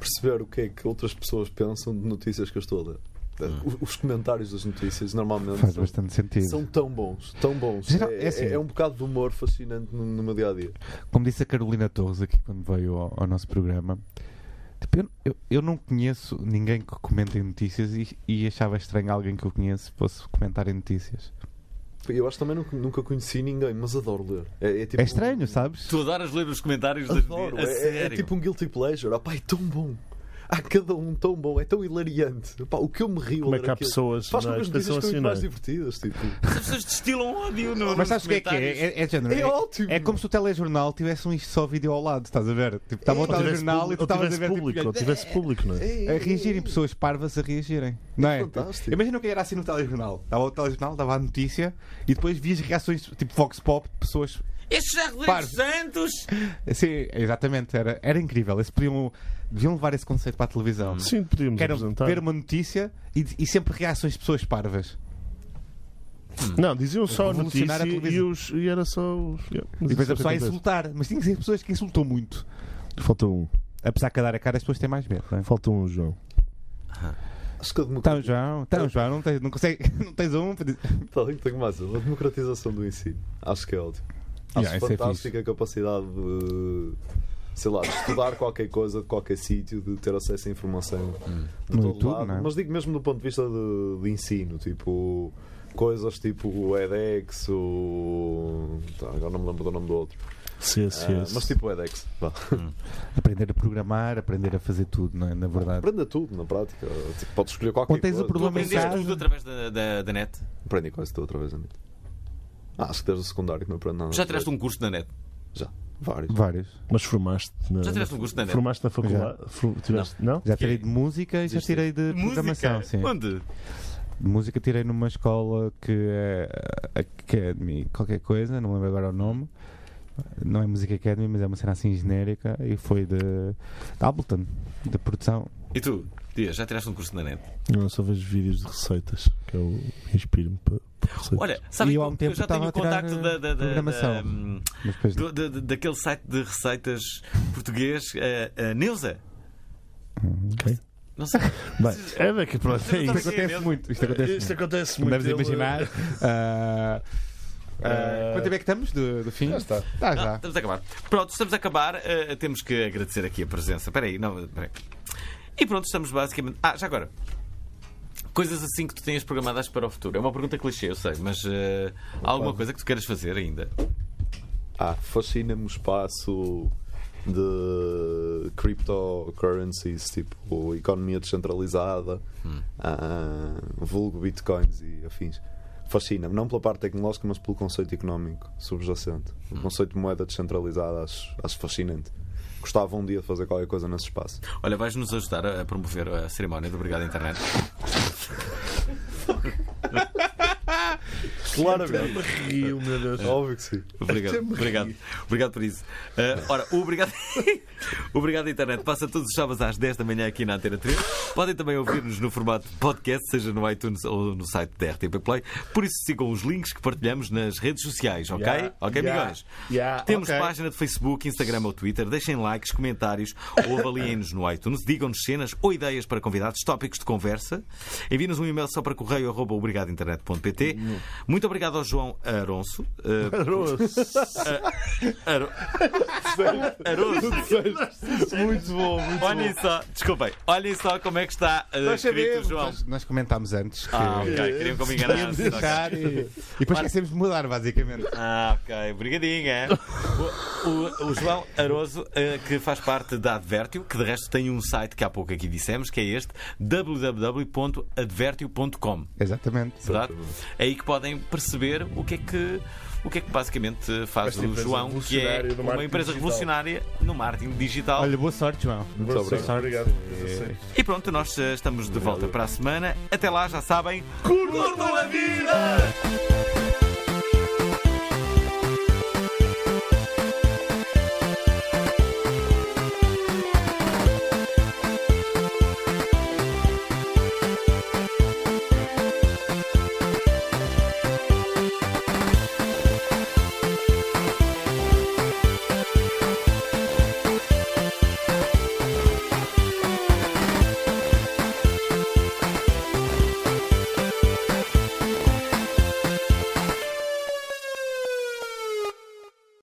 Speaker 5: perceber o que é que outras pessoas pensam de notícias que eu estou a ler.
Speaker 1: Hum.
Speaker 5: Os, os comentários das notícias normalmente
Speaker 3: Faz
Speaker 5: são,
Speaker 3: bastante sentido.
Speaker 5: são tão bons, tão bons.
Speaker 3: Geral-
Speaker 5: é,
Speaker 3: é assim.
Speaker 5: é- é um bocado de humor fascinante no, no meu dia a dia.
Speaker 3: Como disse a Carolina Torres aqui quando veio ao, ao nosso programa, tipo, eu, eu, eu não conheço ninguém que comente em notícias e, e achava estranho alguém que eu conheço fosse comentar em notícias.
Speaker 5: Eu acho que também nunca, nunca conheci ninguém, mas adoro ler. É, tipo
Speaker 3: É
Speaker 5: um-
Speaker 3: estranho, sabes?
Speaker 1: Tu adoras ler os comentários das
Speaker 5: Adoro,
Speaker 1: a
Speaker 5: é, é- é
Speaker 1: sério.
Speaker 5: tipo um guilty pleasure. Ah, pá, é tão bom. Há cada um tão bom, é tão hilariante. Pá, o que eu me rio
Speaker 2: Como
Speaker 5: a
Speaker 2: é
Speaker 5: ler
Speaker 2: que há
Speaker 5: aquilo.
Speaker 2: pessoas
Speaker 5: Faz
Speaker 2: não
Speaker 5: com
Speaker 2: é,
Speaker 5: que as
Speaker 2: que
Speaker 5: notícias
Speaker 2: pensam
Speaker 5: fiquem
Speaker 2: assim, não é?
Speaker 5: mais divertidas. Tipo.
Speaker 1: As pessoas destilam ódio no,
Speaker 3: Mas
Speaker 1: nos
Speaker 3: sabes o que é que é?
Speaker 1: comentários.
Speaker 3: É, é, de género,
Speaker 5: É ótimo.
Speaker 3: É como se o telejornal tivesse um só vídeo ao lado, estás a ver? Tipo, estava o
Speaker 5: É. Ou
Speaker 2: tivesse
Speaker 3: telejornal e
Speaker 2: público-
Speaker 3: tu
Speaker 2: ou
Speaker 3: estavas a
Speaker 2: tivesse
Speaker 3: ver tipo,
Speaker 2: público, ou tivesse
Speaker 3: <laughs>
Speaker 2: público, não é?
Speaker 3: a reagirem, pessoas parvas a reagirem. Não é?
Speaker 5: fantástico.
Speaker 3: Imagina o que era assim no telejornal. Dava o telejornal, dava a notícia e depois vias reações tipo Vox Pop de pessoas.
Speaker 1: Estes já Rodrigues
Speaker 3: Parvo.
Speaker 1: Santos!
Speaker 3: <laughs> Sim, exatamente, era, era incrível. Eles podiam, deviam levar esse conceito para a televisão.
Speaker 2: Sim, podíamos
Speaker 3: Quero
Speaker 2: apresentar.
Speaker 3: ver uma notícia e, e sempre reações de pessoas parvas.
Speaker 2: Não, diziam só a notícia
Speaker 3: Revolucionar a
Speaker 2: e,
Speaker 3: televisão.
Speaker 2: os, e era só os. Yeah, mas
Speaker 3: E depois
Speaker 2: isso é
Speaker 3: a pessoa a
Speaker 2: acontece.
Speaker 3: insultar. Mas tinha que ser pessoas que insultam muito.
Speaker 2: Falta um,
Speaker 3: Apesar de cadar a cara, as pessoas têm mais medo, não é?
Speaker 2: falta um, João.
Speaker 5: Acho que a
Speaker 3: Então,
Speaker 5: democratização,
Speaker 3: João, então, João, não tens, não consegue, <laughs> não tens um. para dizer-
Speaker 5: tenho mais, a democratização do ensino. Acho que é ótimo. Acho
Speaker 3: Yeah, isso é fixe.
Speaker 5: fantástica a capacidade de, sei lá, de estudar qualquer coisa de qualquer sítio, de ter acesso à informação de
Speaker 3: No
Speaker 5: todo
Speaker 3: YouTube,
Speaker 5: lado.
Speaker 3: não é?
Speaker 5: Mas digo mesmo do ponto de vista de, de ensino, tipo coisas tipo o edX, o. tá, agora não me lembro do nome do outro.
Speaker 2: CS,
Speaker 5: Ah, mas tipo o edX. Vá.
Speaker 3: Hum. Aprender a programar, aprender a fazer tudo, não é? na verdade.
Speaker 5: <laughs> Aprenda tudo na prática. Tipo, podes escolher qualquer
Speaker 3: Quando tens
Speaker 5: coisa.
Speaker 3: o problema em
Speaker 5: Tu aprendes-
Speaker 1: Aprendeste
Speaker 3: casa-
Speaker 1: tudo através da, da, da net?
Speaker 5: Aprendi quase tudo outra vez, Anitta. Ah, acho que desde o secundário que não aprendo nada.
Speaker 1: Já tiveste um curso na net?
Speaker 5: Já. Vários.
Speaker 3: Vários.
Speaker 2: Mas formaste na,
Speaker 1: Já tiveste um curso na net?
Speaker 2: formaste na faculdade? Fru- tiveste- Não?
Speaker 3: Já tirei de música e já tirei de programação. Sim.
Speaker 1: Onde?
Speaker 3: De música tirei numa escola que é Academy, qualquer coisa, não lembro agora o nome. Não é Music Academy, mas é uma cena assim genérica e foi de, de Ableton, de produção.
Speaker 1: E tu? Dias, já tiveste um curso na net?
Speaker 2: Não, eu só vejo vídeos de receitas que eu inspiro-me para, para receitas.
Speaker 1: Olha, sabes
Speaker 3: E
Speaker 1: que
Speaker 3: eu há
Speaker 1: eu,
Speaker 3: um tempo
Speaker 1: já
Speaker 3: estava
Speaker 1: tenho o
Speaker 3: a tirar,
Speaker 1: contacto da,
Speaker 3: eh,
Speaker 1: da, da,
Speaker 3: programação.
Speaker 1: da, hum,
Speaker 3: Mas depois
Speaker 1: do- da- da- daquele site de receitas português, eh, eh, Neuza. Hum,
Speaker 2: Ok.
Speaker 1: Não sei.
Speaker 2: Bem, é bem que pronto, é
Speaker 1: Isto
Speaker 2: isso.
Speaker 1: acontece
Speaker 3: muito. Isto
Speaker 2: Isto acontece
Speaker 3: Como
Speaker 2: muito.
Speaker 3: deves
Speaker 2: Ele-
Speaker 3: imaginar. ah, ah, quanto tempo é que estamos do, do fim? Já está. Está
Speaker 1: <laughs> Ah,
Speaker 3: já.
Speaker 1: estamos a acabar. Pronto, estamos a acabar. eh, temos que agradecer aqui a presença. Espera aí, não, espera aí. E pronto, estamos basicamente. Ah, já agora. Coisas assim que tu tenhas programadas para o futuro. É uma pergunta clichê, eu sei, mas eh, há alguma coisa que tu queiras fazer ainda?
Speaker 5: Ah, fascina-me o espaço de cryptocurrencies, tipo economia descentralizada, ah, vulgo bitcoins e afins. Fascina-me, não pela parte tecnológica, mas pelo conceito económico subjacente. O conceito de moeda descentralizada acho, acho fascinante. Gostava um dia de fazer qualquer coisa nesse espaço.
Speaker 1: Olha, vais nos ajudar a a promover a cerimónia do Obrigado Internet.
Speaker 5: Claramente.
Speaker 2: Rio, meu Deus.
Speaker 5: Óbvio que sim.
Speaker 1: Obrigado, obrigado, obrigado por isso. Eh, ora, o obrigado, <laughs> obrigado internet. Passa todos os sábados às 10 da manhã aqui na Antena 3. Podem também ouvir-nos no formato podcast, seja no iTunes ou no site da RTP Play. Por isso sigam os links que partilhamos nas redes sociais, ok?
Speaker 2: Yeah,
Speaker 1: ok,
Speaker 2: yeah,
Speaker 1: amigões?
Speaker 2: yeah,
Speaker 1: Temos
Speaker 2: ok.
Speaker 1: página de Facebook, Instagram ou Twitter. Deixem likes, comentários ou avaliem-nos no iTunes. Digam-nos cenas ou ideias para convidados, tópicos de conversa. Enviem-nos um e-mail só para correio arroba obrigadointernet.pt.
Speaker 2: Hum.
Speaker 1: Muito obrigado ao João Aronso. eh, Aro...
Speaker 2: <laughs>
Speaker 1: Aroso.
Speaker 2: Muito bom, muito
Speaker 1: Olhem só, desculpem, olhem só como é que está uh, escrito o João.
Speaker 3: Nós, nós comentámos antes que
Speaker 1: Ah, ok, queriam que eu me enganasse.
Speaker 3: íamos
Speaker 1: ok.
Speaker 3: deixar <laughs> e, e depois esquecemos de mudar, basicamente.
Speaker 1: Ah, ok, brigadinho, é? O, o- o João Aroso, eh, que faz parte da Advertio, que de resto tem um site que há pouco aqui dissemos, que é este, www.advertio.com.
Speaker 3: Exatamente.
Speaker 1: Verdade? É aí que podem perceber o que é que. O que é que basicamente eh, faz
Speaker 2: Esta
Speaker 1: o
Speaker 2: empresa
Speaker 1: João, que é
Speaker 2: revolucionária do
Speaker 1: uma
Speaker 2: marketing
Speaker 1: empresa
Speaker 2: digital.
Speaker 1: revolucionária no marketing digital?
Speaker 3: Olha, boa sorte, João.
Speaker 2: Muito
Speaker 5: obrigado.
Speaker 2: obrigado.
Speaker 1: E pronto, nós eh, estamos de volta para a semana. Até lá, já sabem.
Speaker 2: Curtam a vida!